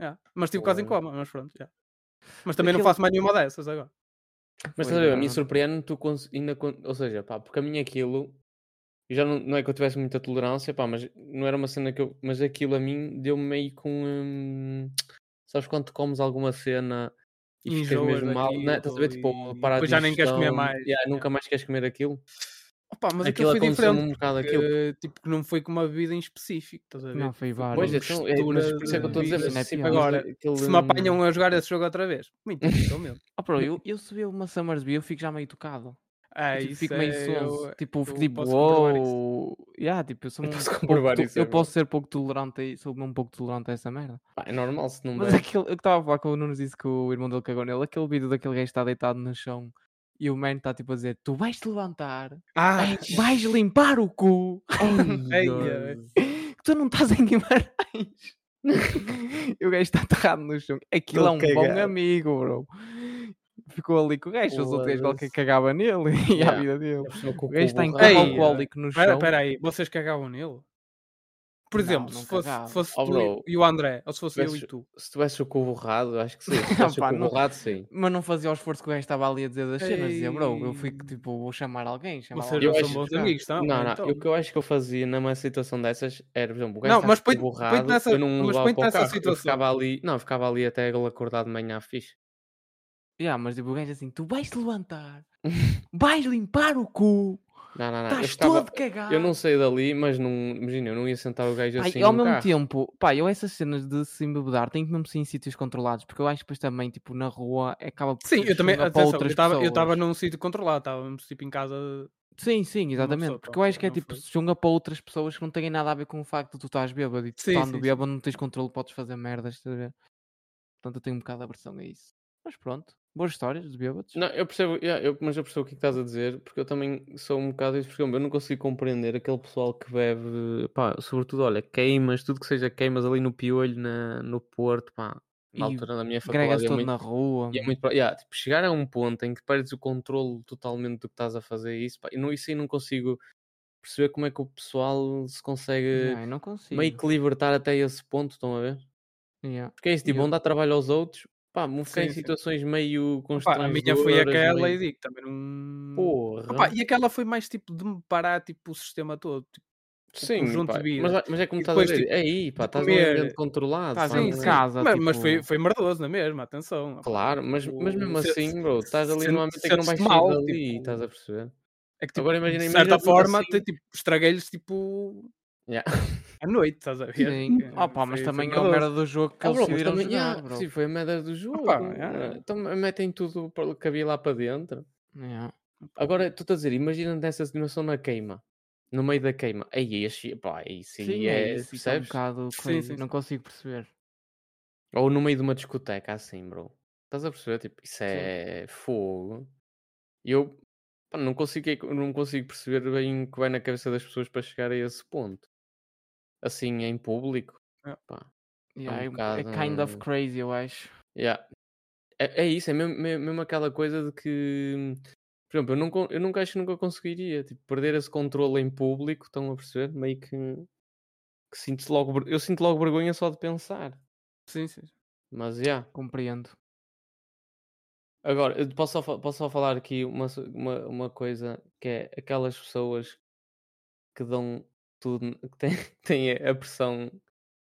Speaker 4: Yeah. Mas tive quase em
Speaker 3: Fogo.
Speaker 4: coma, mas pronto. yeah. Mas também não
Speaker 2: Aquele-
Speaker 4: faço mais nenhuma dessas agora.
Speaker 3: Mas
Speaker 2: Pois
Speaker 3: estás a ver, a
Speaker 2: não,
Speaker 4: é.
Speaker 3: mim
Speaker 2: não.
Speaker 3: surpreende tu cons- ainda. con- Ou seja, pá, porque a mim aquilo. eu Já não, não é que eu tivesse muita tolerância, pá, mas não era uma cena que eu. Mas aquilo a mim deu-me meio com. hum, Sabes quando tu comes alguma cena e ficas
Speaker 4: Enjoas
Speaker 3: mesmo mal? Não é? Estás a ver?
Speaker 4: Um daquilo
Speaker 3: Tipo, a
Speaker 4: e
Speaker 3: parar
Speaker 4: depois já nem queres comer
Speaker 3: digestão,
Speaker 4: mais,
Speaker 3: yeah,
Speaker 4: yeah.
Speaker 3: nunca mais queres comer aquilo.
Speaker 4: Opa, mas aquilo,
Speaker 3: aquilo
Speaker 4: foi
Speaker 3: aconteceu-me
Speaker 4: diferente.
Speaker 3: um bocado aquilo.
Speaker 4: Porque, tipo, que não foi com uma bebida em específico, estás a ver?
Speaker 2: Não, foi vários.
Speaker 3: Pois,
Speaker 4: uma
Speaker 3: então, é,
Speaker 4: mistura
Speaker 3: mas por isso é que eu estou a dizer,
Speaker 4: de
Speaker 3: mas
Speaker 2: bebidas,
Speaker 3: sempre
Speaker 2: né,
Speaker 3: aquele-
Speaker 4: tipo Agora,
Speaker 3: aquele,
Speaker 4: Se me
Speaker 3: hum,
Speaker 4: apanham a jogar esse jogo outra vez, muito dificilmente.
Speaker 2: Oh, bro, eu, eu se ver uma Summersby, eu fico já meio tocado.
Speaker 4: Ah,
Speaker 2: Eu, tipo,
Speaker 4: isso
Speaker 2: fico meio
Speaker 4: é-
Speaker 2: sonso.
Speaker 4: eu-
Speaker 2: tipo, eu fico
Speaker 4: eu
Speaker 2: tipo,
Speaker 4: posso comprovar isso.
Speaker 2: uou. Yeah, tipo, eu sou
Speaker 3: Eu
Speaker 2: um
Speaker 3: posso
Speaker 2: pouco
Speaker 3: comprovar
Speaker 2: to-
Speaker 4: é
Speaker 3: isso
Speaker 2: Eu
Speaker 3: agora.
Speaker 2: posso ser pouco tolerante a isso, um pouco tolerante a essa merda.
Speaker 4: um
Speaker 3: pá, é normal se não
Speaker 2: Mas
Speaker 3: bebes.
Speaker 2: aquele, eu que estava a falar com o Nunes disse que o irmão dele cagou nele, aquele vídeo daquele gajo que está deitado no chão e o man está tipo a dizer: Tu vais te levantar,
Speaker 4: Ah,
Speaker 2: vais limpar o cu,
Speaker 4: Ei,
Speaker 2: que tu não estás em Guimarães. e o gajo está aterrado no chão. Aquilo é um
Speaker 3: Todo
Speaker 2: bom
Speaker 3: cagado.
Speaker 2: amigo, bro. Ficou ali com o gajo, os outros gajos qualquer
Speaker 3: Foda-se.
Speaker 2: cagava nele e a
Speaker 3: Yeah. É
Speaker 2: vida dele.
Speaker 3: A pessoa com
Speaker 2: O gajo está em
Speaker 3: burrado.
Speaker 2: coma
Speaker 4: Ei,
Speaker 2: alcoólico no
Speaker 4: espera
Speaker 2: chão.
Speaker 4: espera aí, vocês cagavam nele? Por
Speaker 2: Não,
Speaker 4: exemplo,
Speaker 2: não
Speaker 4: se fosse,
Speaker 2: cagava.
Speaker 4: fosse
Speaker 3: Oh,
Speaker 4: tu e-
Speaker 3: bro,
Speaker 4: e o André, ou se fosse eu
Speaker 3: tivesses-
Speaker 4: e tu.
Speaker 3: Se tivesse o cu borrado, acho que sim. Se tivesse o
Speaker 2: Pá,
Speaker 3: cu
Speaker 2: não-
Speaker 3: borrado, sim.
Speaker 2: Mas não fazia o esforço que o gajo estava ali a dizer das cenas. Dizia, bro, eu fui que
Speaker 4: Ei.
Speaker 2: tipo, vou chamar alguém. Chamar
Speaker 4: Vocês
Speaker 2: alguém.
Speaker 4: não
Speaker 3: Eu
Speaker 4: são
Speaker 3: acho-
Speaker 4: bons
Speaker 2: Ah.
Speaker 4: amigos, não?
Speaker 3: Não, não,
Speaker 4: Então,
Speaker 3: eu- o que eu acho que eu fazia numa situação dessas era, por exemplo, o
Speaker 4: Não,
Speaker 3: gajo
Speaker 4: mas
Speaker 3: está com o
Speaker 4: põe-
Speaker 3: cu
Speaker 4: põe-te
Speaker 3: borrado,
Speaker 4: nessa-
Speaker 3: eu não o
Speaker 4: mas
Speaker 3: levava
Speaker 4: põe-te
Speaker 3: para o
Speaker 4: nessa
Speaker 3: carro, eu
Speaker 4: situação.
Speaker 3: ficava ali, não, eu ficava ali até ele acordar de manhã fixe.
Speaker 2: Yeah, mas tipo, o gajo assim, tu vais te levantar, vais limpar o cu,
Speaker 3: Não, não, não. Eu,
Speaker 2: estás
Speaker 3: ficava-
Speaker 2: todo cagado.
Speaker 3: eu não saí dali, mas não. Imagina, eu não ia sentar o gajo
Speaker 2: Ai,
Speaker 3: assim.
Speaker 2: e ao
Speaker 3: no
Speaker 2: mesmo
Speaker 3: carro.
Speaker 2: tempo, pá, eu essas cenas de se embebedar tenho que mesmo ser em sítios controlados, porque eu acho que depois também, tipo, na rua acaba por
Speaker 4: Sim,
Speaker 2: ser
Speaker 4: eu também.
Speaker 2: chunga
Speaker 4: Atenção, eu
Speaker 2: outras
Speaker 4: estava eu
Speaker 2: pessoas.
Speaker 4: estava num sítio controlado, estávamos tipo em casa.
Speaker 2: Sim, sim, exatamente.
Speaker 4: pessoa,
Speaker 2: porque
Speaker 4: pronto,
Speaker 2: eu acho que é
Speaker 4: não
Speaker 2: tipo,
Speaker 4: foi.
Speaker 2: se junga para outras pessoas que não têm nada a ver com o facto de tu estás bêbado e tu
Speaker 4: Sim,
Speaker 2: estando
Speaker 4: sim, sim.
Speaker 2: bêbado não tens controle, podes fazer merdas, estás a ver? Portanto, eu tenho um bocado de aversão a isso. Mas pronto, boas histórias de bêbados.
Speaker 3: Não, eu percebo, yeah, eu, mas eu percebo o que é que estás a dizer, porque eu também sou um bocado isso, porque eu não consigo compreender aquele pessoal que bebe, pá, sobretudo, olha, queimas, tudo que seja queimas ali no piolho, na, no Porto, pá,
Speaker 2: E
Speaker 3: na altura da minha faculdade.
Speaker 2: Gregas
Speaker 3: É
Speaker 2: todo
Speaker 3: muito,
Speaker 2: na rua.
Speaker 3: e é muito pro- yeah, tipo, chegar a um ponto em que perdes o controle totalmente do que estás a fazer, isso, pá, e não, isso aí não consigo perceber como é que o pessoal se consegue
Speaker 2: não, eu não consigo.
Speaker 3: meio que libertar até esse ponto, estão a ver?
Speaker 2: Yeah.
Speaker 3: Porque é isso, tipo,
Speaker 2: Yeah.
Speaker 3: vão dar trabalho aos outros, pá, vão ficar
Speaker 4: Sim,
Speaker 3: em
Speaker 4: sim.
Speaker 3: situações meio
Speaker 4: Pá, a
Speaker 3: constrangedoras.
Speaker 4: minha foi aquela
Speaker 3: meio-
Speaker 4: e digo, também não.
Speaker 3: Porra.
Speaker 4: Opa, e aquela foi mais tipo de me parar tipo, o sistema todo. tipo,
Speaker 3: Sim,
Speaker 4: conjunto de
Speaker 3: pá,
Speaker 4: vida.
Speaker 3: Mas, mas é como
Speaker 4: E
Speaker 3: estás a
Speaker 4: depois,
Speaker 3: dizer,
Speaker 4: tipo,
Speaker 3: é aí, pá,
Speaker 4: de
Speaker 3: estás num ambiente
Speaker 4: comer,
Speaker 3: controlado,
Speaker 2: Estás
Speaker 3: pá,
Speaker 2: em
Speaker 3: não é?
Speaker 2: casa,
Speaker 4: mas, mas foi,
Speaker 2: tipo,
Speaker 4: foi merdoso na mesma, atenção. opa,
Speaker 3: Claro, mas, mas
Speaker 4: tipo,
Speaker 3: mesmo
Speaker 4: se-
Speaker 3: assim, bro, estás ali
Speaker 4: sente-
Speaker 3: num ambiente em que não vais
Speaker 4: sente-se
Speaker 3: sair
Speaker 4: mal,
Speaker 3: dali,
Speaker 4: tipo,
Speaker 3: estás a perceber?
Speaker 4: É que, tipo,
Speaker 3: Agora imagina-
Speaker 4: de
Speaker 3: imagina
Speaker 4: certa
Speaker 3: tu
Speaker 4: forma,
Speaker 3: assim-
Speaker 4: te- tipo, estraguei-lhes tipo
Speaker 3: Yeah. Hum.
Speaker 4: à noite, estás a ver?
Speaker 2: Sim.
Speaker 4: Que
Speaker 2: Opa, mas
Speaker 4: foi- foi
Speaker 2: também é o
Speaker 4: merdoso.
Speaker 2: merda do jogo que
Speaker 3: Ah,
Speaker 2: eles
Speaker 3: bro, mas
Speaker 2: decidiram
Speaker 3: também,
Speaker 2: jogar,
Speaker 3: yeah,
Speaker 2: bro.
Speaker 3: sim, foi a merda do jogo,
Speaker 4: yeah.
Speaker 3: eh, então metem tudo para- que havia lá para dentro.
Speaker 2: Yeah.
Speaker 3: Agora, tu estás a dizer, imagina nessa situação na queima, no meio da queima, aí, este- pá, aí sim,
Speaker 2: Sim, é, isso. isso é um
Speaker 3: percebes?
Speaker 2: bocado
Speaker 4: Sim,
Speaker 2: crazy,
Speaker 4: sim,
Speaker 2: não
Speaker 4: sim.
Speaker 2: consigo perceber.
Speaker 3: Ou no meio de uma discoteca, assim, bro. Estás a perceber? Tipo, isso é fogo. E eu pá, não, consigo, é que- não consigo perceber bem o que vai na cabeça das pessoas para chegar a esse ponto. Assim, em público.
Speaker 4: É.
Speaker 3: Pá,
Speaker 2: Yeah, é, um- é
Speaker 3: bocado,
Speaker 2: kind of
Speaker 3: hum.
Speaker 2: crazy, eu acho.
Speaker 3: yeah. é, é isso, é mesmo, mesmo, mesmo aquela coisa de que. Por exemplo, eu nunca, eu nunca acho que nunca conseguiria. Tipo, perder esse controle em público, estão a perceber? Meio que. que sinto logo, ver- eu sinto logo vergonha só de pensar.
Speaker 4: Sim, sim.
Speaker 3: Mas, já. Yeah.
Speaker 2: Compreendo.
Speaker 3: Agora, eu posso só, fa- posso só falar aqui uma, so- uma, uma coisa que é aquelas pessoas que dão tudo, n- que têm, que têm a pressão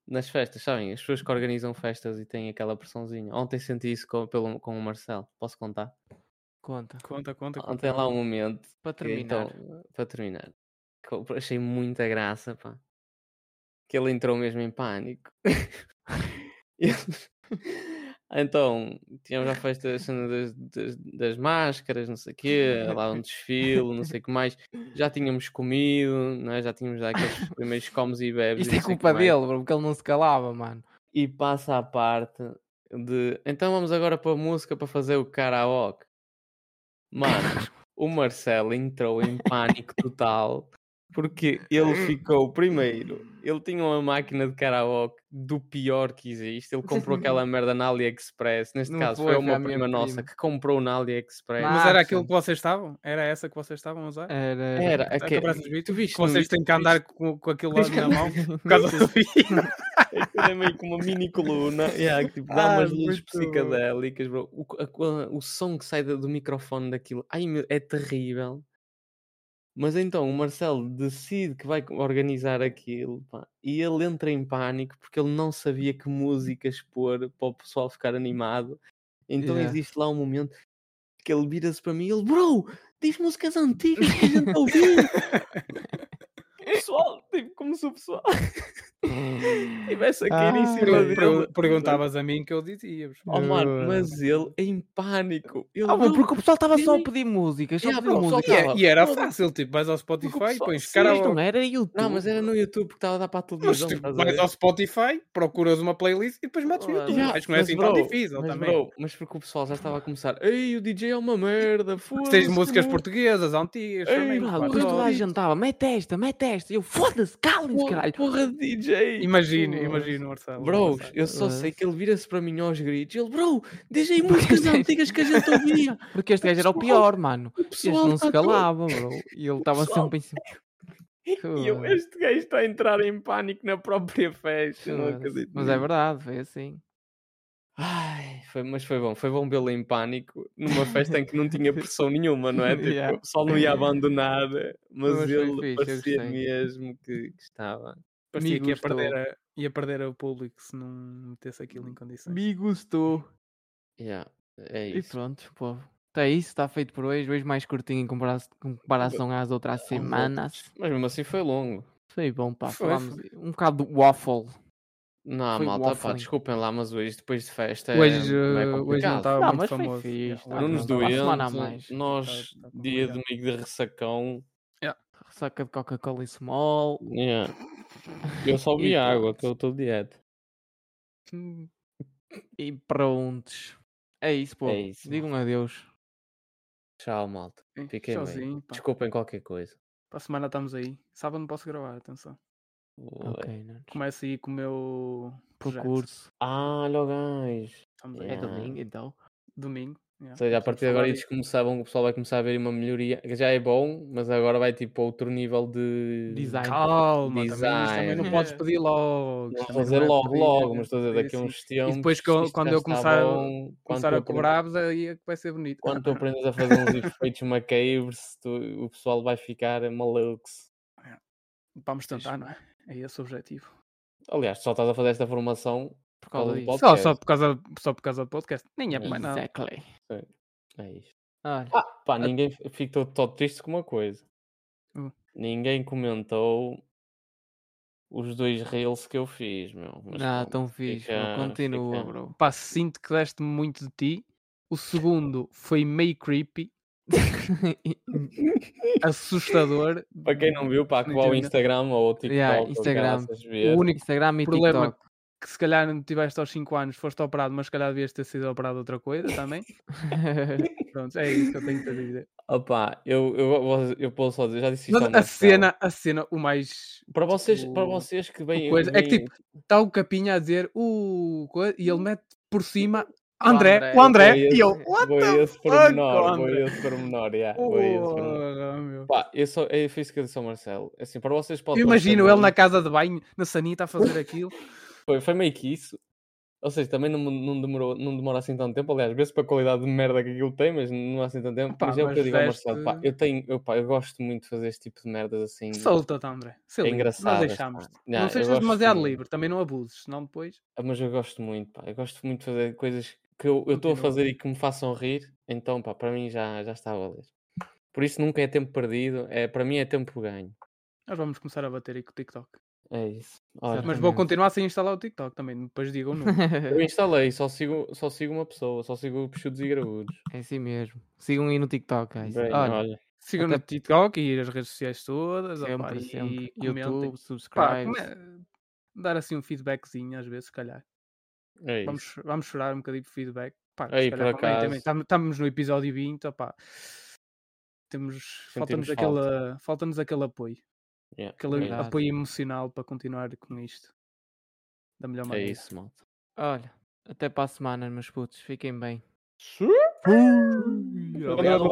Speaker 3: nas festas, sabem? As pessoas que organizam festas e têm aquela pressãozinha. Ontem senti isso com, pelo, com o Marcelo, posso contar?
Speaker 2: Conta.
Speaker 4: Conta, conta. conta.
Speaker 3: Ontem lá um momento,
Speaker 2: Para
Speaker 3: que,
Speaker 2: terminar.
Speaker 3: então, para terminar, que eu achei muita graça, pá, que ele entrou mesmo em pânico. Ele- então, tínhamos a festa a cena das, das, das máscaras, não sei o quê, lá um desfile, não sei o que mais. Já tínhamos comido, não é? já tínhamos dado aqueles primeiros comes e bebes.
Speaker 2: Isto
Speaker 3: e não sei
Speaker 2: é
Speaker 3: o que
Speaker 2: culpa
Speaker 3: mais.
Speaker 2: dele, bro, porque ele não se calava, mano.
Speaker 3: E passa à parte de. Então vamos agora para a música para fazer o karaoke. Mano, o Marcelo entrou em pânico total porque ele ficou primeiro. Ele tinha uma máquina de karaoke do pior que existe. Ele comprou aquela merda na AliExpress. Neste
Speaker 2: Não
Speaker 3: caso,
Speaker 2: foi,
Speaker 3: foi
Speaker 2: foi a
Speaker 3: uma
Speaker 2: minha
Speaker 3: prima nossa
Speaker 2: prima.
Speaker 3: que comprou na AliExpress.
Speaker 2: Mas
Speaker 4: Mas era aquilo
Speaker 2: Marcos.
Speaker 4: que vocês estavam? Era essa que vocês estavam a usar?
Speaker 2: Era.
Speaker 3: Era
Speaker 4: Será que
Speaker 3: aque-
Speaker 4: abraças vídeo?
Speaker 3: Tu viste?
Speaker 4: Que
Speaker 3: não
Speaker 4: vocês
Speaker 3: viste?
Speaker 4: têm que
Speaker 3: Tu
Speaker 4: andar com, com aquilo lá
Speaker 3: Viste
Speaker 4: na
Speaker 3: que-
Speaker 4: mão por causa do vídeo.
Speaker 3: Aquilo é meio que uma mini coluna. yeah, que, tipo, dá
Speaker 4: Ah,
Speaker 3: umas luzes
Speaker 4: muito bom.
Speaker 3: psicadélicas, bro. O, co- a co- o som que sai do do microfone daquilo ai, meu, é terrível. Mas então o Marcelo decide que vai co- organizar aquilo pá, e ele entra em pânico porque ele não sabia que músicas pôr para o pessoal ficar animado. Então
Speaker 2: Yeah.
Speaker 3: existe lá um momento que ele vira-se para mim e ele, bro, diz músicas antigas para a gente ouvir. pessoal, tipo, como se o pessoal estivesse a cair em
Speaker 2: Ah.
Speaker 3: cima
Speaker 4: Per-
Speaker 3: dele.
Speaker 4: per- Perguntavas a mim que eu dizia.
Speaker 3: Oh, mano,
Speaker 2: Eu-
Speaker 3: mas ele é em pânico. Ele
Speaker 2: Ah, bro,
Speaker 3: "Bro,
Speaker 2: porque o pessoal estava só a
Speaker 3: dizem-
Speaker 2: pedir música, só
Speaker 3: Yeah,
Speaker 2: a pedir
Speaker 3: bro, só
Speaker 2: música.
Speaker 4: E, é-
Speaker 3: Calma,
Speaker 4: e era
Speaker 3: calma.
Speaker 4: fácil, tipo, vais ao Spotify e
Speaker 3: pessoal-
Speaker 4: pões
Speaker 3: sim,
Speaker 2: Mas
Speaker 4: karaoke.
Speaker 2: não é era YouTube.
Speaker 3: Não, mas era no YouTube porque estava a dar para a
Speaker 4: Mas
Speaker 3: televisão.
Speaker 4: tipo,
Speaker 3: estás a
Speaker 4: vais
Speaker 3: ver?
Speaker 4: ao Spotify, procuras uma playlist e depois metes no
Speaker 2: Claro.
Speaker 4: YouTube.
Speaker 3: Yeah,
Speaker 4: Acho que não é
Speaker 3: mas,
Speaker 4: assim tão
Speaker 3: bro,
Speaker 4: difícil
Speaker 3: mas,
Speaker 4: também.
Speaker 3: bro, mas porque o pessoal já estava a começar. Ei, o DJ é uma merda.
Speaker 4: Se
Speaker 3: foda-se,
Speaker 4: tens músicas
Speaker 3: não-
Speaker 4: portuguesas, antigas,
Speaker 3: Ei,
Speaker 4: também.
Speaker 3: pá,
Speaker 2: Pá,
Speaker 4: pá,
Speaker 2: porque Tipo, toda a
Speaker 4: só-
Speaker 3: acredito.
Speaker 2: gente estava, mete esta, mete esta. E eu, foda-se, calem-se,
Speaker 3: Porra,
Speaker 2: caralho.
Speaker 3: porra de DJ.
Speaker 4: Imagino,
Speaker 3: foda-se.
Speaker 4: imagino, Marcelo.
Speaker 3: Bros,
Speaker 4: Marcelo.
Speaker 3: eu só
Speaker 2: Mas-
Speaker 3: sei que ele vira-se para mim aos gritos. Ele, bro, diz aí músicas antigas que a gente ouvia.
Speaker 2: Porque este gajo era o
Speaker 3: pessoal-
Speaker 2: pior, mano.
Speaker 3: O
Speaker 2: Este
Speaker 3: pessoal tá
Speaker 2: não se
Speaker 3: está todo-
Speaker 2: calava, bro. E ele estava
Speaker 3: pessoal-
Speaker 2: sempre em cima.
Speaker 3: E eu,
Speaker 2: Foda-se.
Speaker 3: este gajo está a entrar em pânico na própria festa. Não
Speaker 2: Foda-se.
Speaker 3: acredito.
Speaker 2: Mas é
Speaker 3: nisto.
Speaker 2: verdade, foi assim.
Speaker 3: Ai, foi, mas foi bom, foi bom vê-lo em pânico numa festa em que não tinha pressão nenhuma, não é? Tipo,
Speaker 2: Yeah.
Speaker 3: O pessoal não ia abandonar, mas,
Speaker 2: Mas foi
Speaker 3: ele
Speaker 2: fixe, eu
Speaker 3: parecia
Speaker 2: gostei.
Speaker 3: mesmo que, que estava.
Speaker 4: Parecia que ia
Speaker 2: Migos, tô-
Speaker 4: perder, a, ia perder o público se não metesse aquilo em condições.
Speaker 2: Me gostou.
Speaker 3: Yeah. É
Speaker 2: E
Speaker 3: isso.
Speaker 2: pronto, povo. Está isso, está feito por hoje. Hoje mais curtinho em compara- com comparação às outras
Speaker 3: Aos
Speaker 2: semanas.
Speaker 3: Mas mesmo assim foi longo.
Speaker 2: Foi bom, pá.
Speaker 4: Foi,
Speaker 2: Falámos um bocado do waffle.
Speaker 3: Não,
Speaker 2: Foi
Speaker 3: malta, pá,
Speaker 2: waffling.
Speaker 3: desculpem lá, mas hoje, depois de festa, é,
Speaker 4: Hoje,
Speaker 3: não é
Speaker 4: eh, hoje não
Speaker 3: complicado.
Speaker 4: tava- Tá
Speaker 2: não,
Speaker 4: muito
Speaker 2: mas foi
Speaker 4: famoso.
Speaker 2: fixe.
Speaker 4: Yeah,
Speaker 2: tá
Speaker 4: hoje
Speaker 3: Não nos
Speaker 2: bom.
Speaker 4: não tava-
Speaker 2: Uma
Speaker 3: doemos,
Speaker 2: semana a mais.
Speaker 3: nós,
Speaker 4: Tá- tá
Speaker 3: dia de
Speaker 4: complicado.
Speaker 3: domingo de ressacão,
Speaker 2: Ressaca de Coca-Cola e Small.
Speaker 3: yeah. eu só
Speaker 2: E
Speaker 3: vi água,
Speaker 2: pronto.
Speaker 3: que eu estou dieta.
Speaker 4: Hum,
Speaker 2: E prontos. É isso, povo.
Speaker 3: isso,
Speaker 2: Digam adeus.
Speaker 3: Tchau, malta.
Speaker 4: bem,
Speaker 3: Fiquem bem.
Speaker 4: tchauzinho, pá.
Speaker 3: Desculpem qualquer coisa.
Speaker 4: Para a semana estamos aí. Sábado não posso gravar, atenção.
Speaker 3: Ué.
Speaker 2: Ok, não.
Speaker 4: Começo aí com o meu projeto.
Speaker 2: Procurso.
Speaker 3: Ah, olha o gajo.
Speaker 4: Estamos aí.
Speaker 2: É
Speaker 3: Yeah.
Speaker 2: domingo, então.
Speaker 4: Domingo.
Speaker 3: Ou
Speaker 4: yeah.
Speaker 3: seja, a
Speaker 4: Vamos
Speaker 3: partir de agora
Speaker 4: falar
Speaker 3: eles
Speaker 4: disso.
Speaker 3: começavam, o pessoal vai começar a ver uma melhoria, que já é bom, mas agora vai tipo a outro nível de
Speaker 2: Design.
Speaker 4: Calma, também, isto também
Speaker 3: Design.
Speaker 4: não podes pedir logo.
Speaker 3: Não
Speaker 4: isto
Speaker 3: vou
Speaker 4: também
Speaker 3: dizer
Speaker 4: não é
Speaker 3: logo,
Speaker 4: pedir,
Speaker 3: logo,
Speaker 4: é
Speaker 3: mas estou a dizer daqui a
Speaker 4: assim.
Speaker 3: uns tempos.
Speaker 4: depois que eu-
Speaker 3: isto
Speaker 4: quando
Speaker 3: já
Speaker 4: eu
Speaker 3: está
Speaker 4: começar a-
Speaker 3: bom, quando
Speaker 4: Começar
Speaker 3: tu
Speaker 4: a
Speaker 3: aprendes-
Speaker 4: cobrar-vos aí é que vai ser bonito.
Speaker 3: Quando tu aprendes a fazer uns efeitos macabros, tu- o pessoal vai ficar maluco.
Speaker 4: Vamos tentar, não é? É esse o objetivo.
Speaker 3: Aliás, tu só estás a fazer esta formação.
Speaker 2: Por
Speaker 3: Fala
Speaker 2: causa
Speaker 3: do
Speaker 2: disso.
Speaker 3: podcast.
Speaker 4: Só, só, por causa, só por causa do podcast. Nem é
Speaker 3: Yeah.
Speaker 4: por mais nada.
Speaker 2: Exactly.
Speaker 3: É isto.
Speaker 2: Olha,
Speaker 3: Ah, pá, ninguém ficou todo triste com uma coisa.
Speaker 4: Hum.
Speaker 3: Ninguém comentou os dois reels que eu fiz, meu. Mas
Speaker 4: Ah,
Speaker 2: não,
Speaker 4: então
Speaker 3: pronto,
Speaker 2: tão fixe. bro.
Speaker 3: fica-
Speaker 2: Continua,
Speaker 3: fica-
Speaker 2: bro.
Speaker 4: Pá, sinto que deste muito de ti. O segundo foi meio creepy, assustador.
Speaker 3: Para quem não viu, pá, que vá ao
Speaker 4: Entendo.
Speaker 3: Instagram ou ao TikTok.
Speaker 2: Yeah,
Speaker 3: ou
Speaker 2: Instagram.
Speaker 3: caraças, ver.
Speaker 2: o único Instagram e
Speaker 4: Problema
Speaker 2: TikTok.
Speaker 4: que se calhar não tiveste aos 5 anos, foste operado, mas se calhar devias ter sido operado outra coisa também. Pronto, é isso que eu tenho para dizer.
Speaker 3: Opa, Ah, eu, eu, vou- eu posso só dizer, já disse isto
Speaker 4: Mas
Speaker 3: ao
Speaker 4: a
Speaker 3: Marcelo.
Speaker 4: cena, a cena, o mais.
Speaker 3: Para vocês, para
Speaker 4: tipo,
Speaker 3: vocês que vêm.
Speaker 4: coisa- é que,
Speaker 3: vêm-
Speaker 4: Está o Capinha a dizer o. coisa, E ele mete por cima
Speaker 2: O
Speaker 4: André,
Speaker 2: André,
Speaker 4: o André,
Speaker 3: foi
Speaker 4: e eu.
Speaker 3: esse-
Speaker 4: What
Speaker 3: foi
Speaker 4: the
Speaker 3: esse
Speaker 4: fuck,
Speaker 3: pormenor, foi
Speaker 4: André?"
Speaker 3: esse pormenor, yeah, foi esse pormenor.
Speaker 4: Porra, meu.
Speaker 3: Pá, eu só, é, foi isso que eu disse ao Marcelo. Assim, para vocês pode
Speaker 4: Eu
Speaker 3: parecer
Speaker 4: imagino ele na
Speaker 3: muito-
Speaker 4: casa de banho, na sanita, a fazer aquilo.
Speaker 3: Foi, foi meio que isso. Ou seja, também não, não, demorou, não demora assim tanto tempo. Aliás, vê-se para a qualidade de merda que aquilo tem, mas não há assim tanto tempo.
Speaker 4: Opa,
Speaker 3: mas é o que eu
Speaker 4: mas
Speaker 3: digo ao Marcelo. Pá,
Speaker 4: veste-
Speaker 3: eu, tenho, eu, pá, eu gosto muito de fazer este tipo de merdas assim.
Speaker 4: Solta-te, André. Sei
Speaker 3: é
Speaker 4: livre,
Speaker 3: engraçado.
Speaker 4: Nós deixamos. não sejas demasiado livre, também não abuses, senão depois.
Speaker 3: Mas eu gosto muito, pá. Eu gosto muito de fazer coisas que eu eu estou a
Speaker 4: Continua.
Speaker 3: fazer e que me façam rir. Então, pá, para mim já, já está a valer. Por isso nunca é tempo perdido. É, para mim é tempo ganho.
Speaker 4: Nós vamos começar a bater aí com o TikTok.
Speaker 3: É isso. Olha,
Speaker 4: Mas vou
Speaker 2: Exatamente.
Speaker 4: continuar sem instalar o TikTok também, depois digam não.
Speaker 3: eu instalei, só sigo, só sigo uma pessoa, só sigo Peixudos e Graúdos.
Speaker 2: é assim mesmo. Sigam aí no TikTok,
Speaker 4: É
Speaker 2: guys.
Speaker 3: Bem,
Speaker 2: Olha,
Speaker 3: olha.
Speaker 4: Sigam no
Speaker 2: Até-
Speaker 4: TikTok e as redes sociais todas. opá,
Speaker 2: sempre,
Speaker 4: e
Speaker 2: sempre.
Speaker 4: comentem.
Speaker 2: YouTube,
Speaker 4: Pá,
Speaker 2: subscribe.
Speaker 4: come- Dar assim um feedbackzinho às vezes, se calhar.
Speaker 3: É isso.
Speaker 4: Vamos, cho- vamos chorar um bocadinho por feedback. Pá, se
Speaker 3: Ei,
Speaker 4: calhar
Speaker 3: por
Speaker 4: também- também
Speaker 3: acaso.
Speaker 4: tam- Estamos no episódio 20, opá. Temos, falta-nos
Speaker 3: Sentimos
Speaker 4: aquele,
Speaker 3: falta.
Speaker 4: falta-nos aquele apoio.
Speaker 3: Yeah,
Speaker 4: aquele
Speaker 3: é
Speaker 2: Verdade.
Speaker 4: apoio emocional para continuar com isto da melhor
Speaker 3: É
Speaker 4: maneira.
Speaker 3: isso, malta.
Speaker 2: Olha, até para a semana, meus putos. Fiquem bem.
Speaker 3: Obrigado.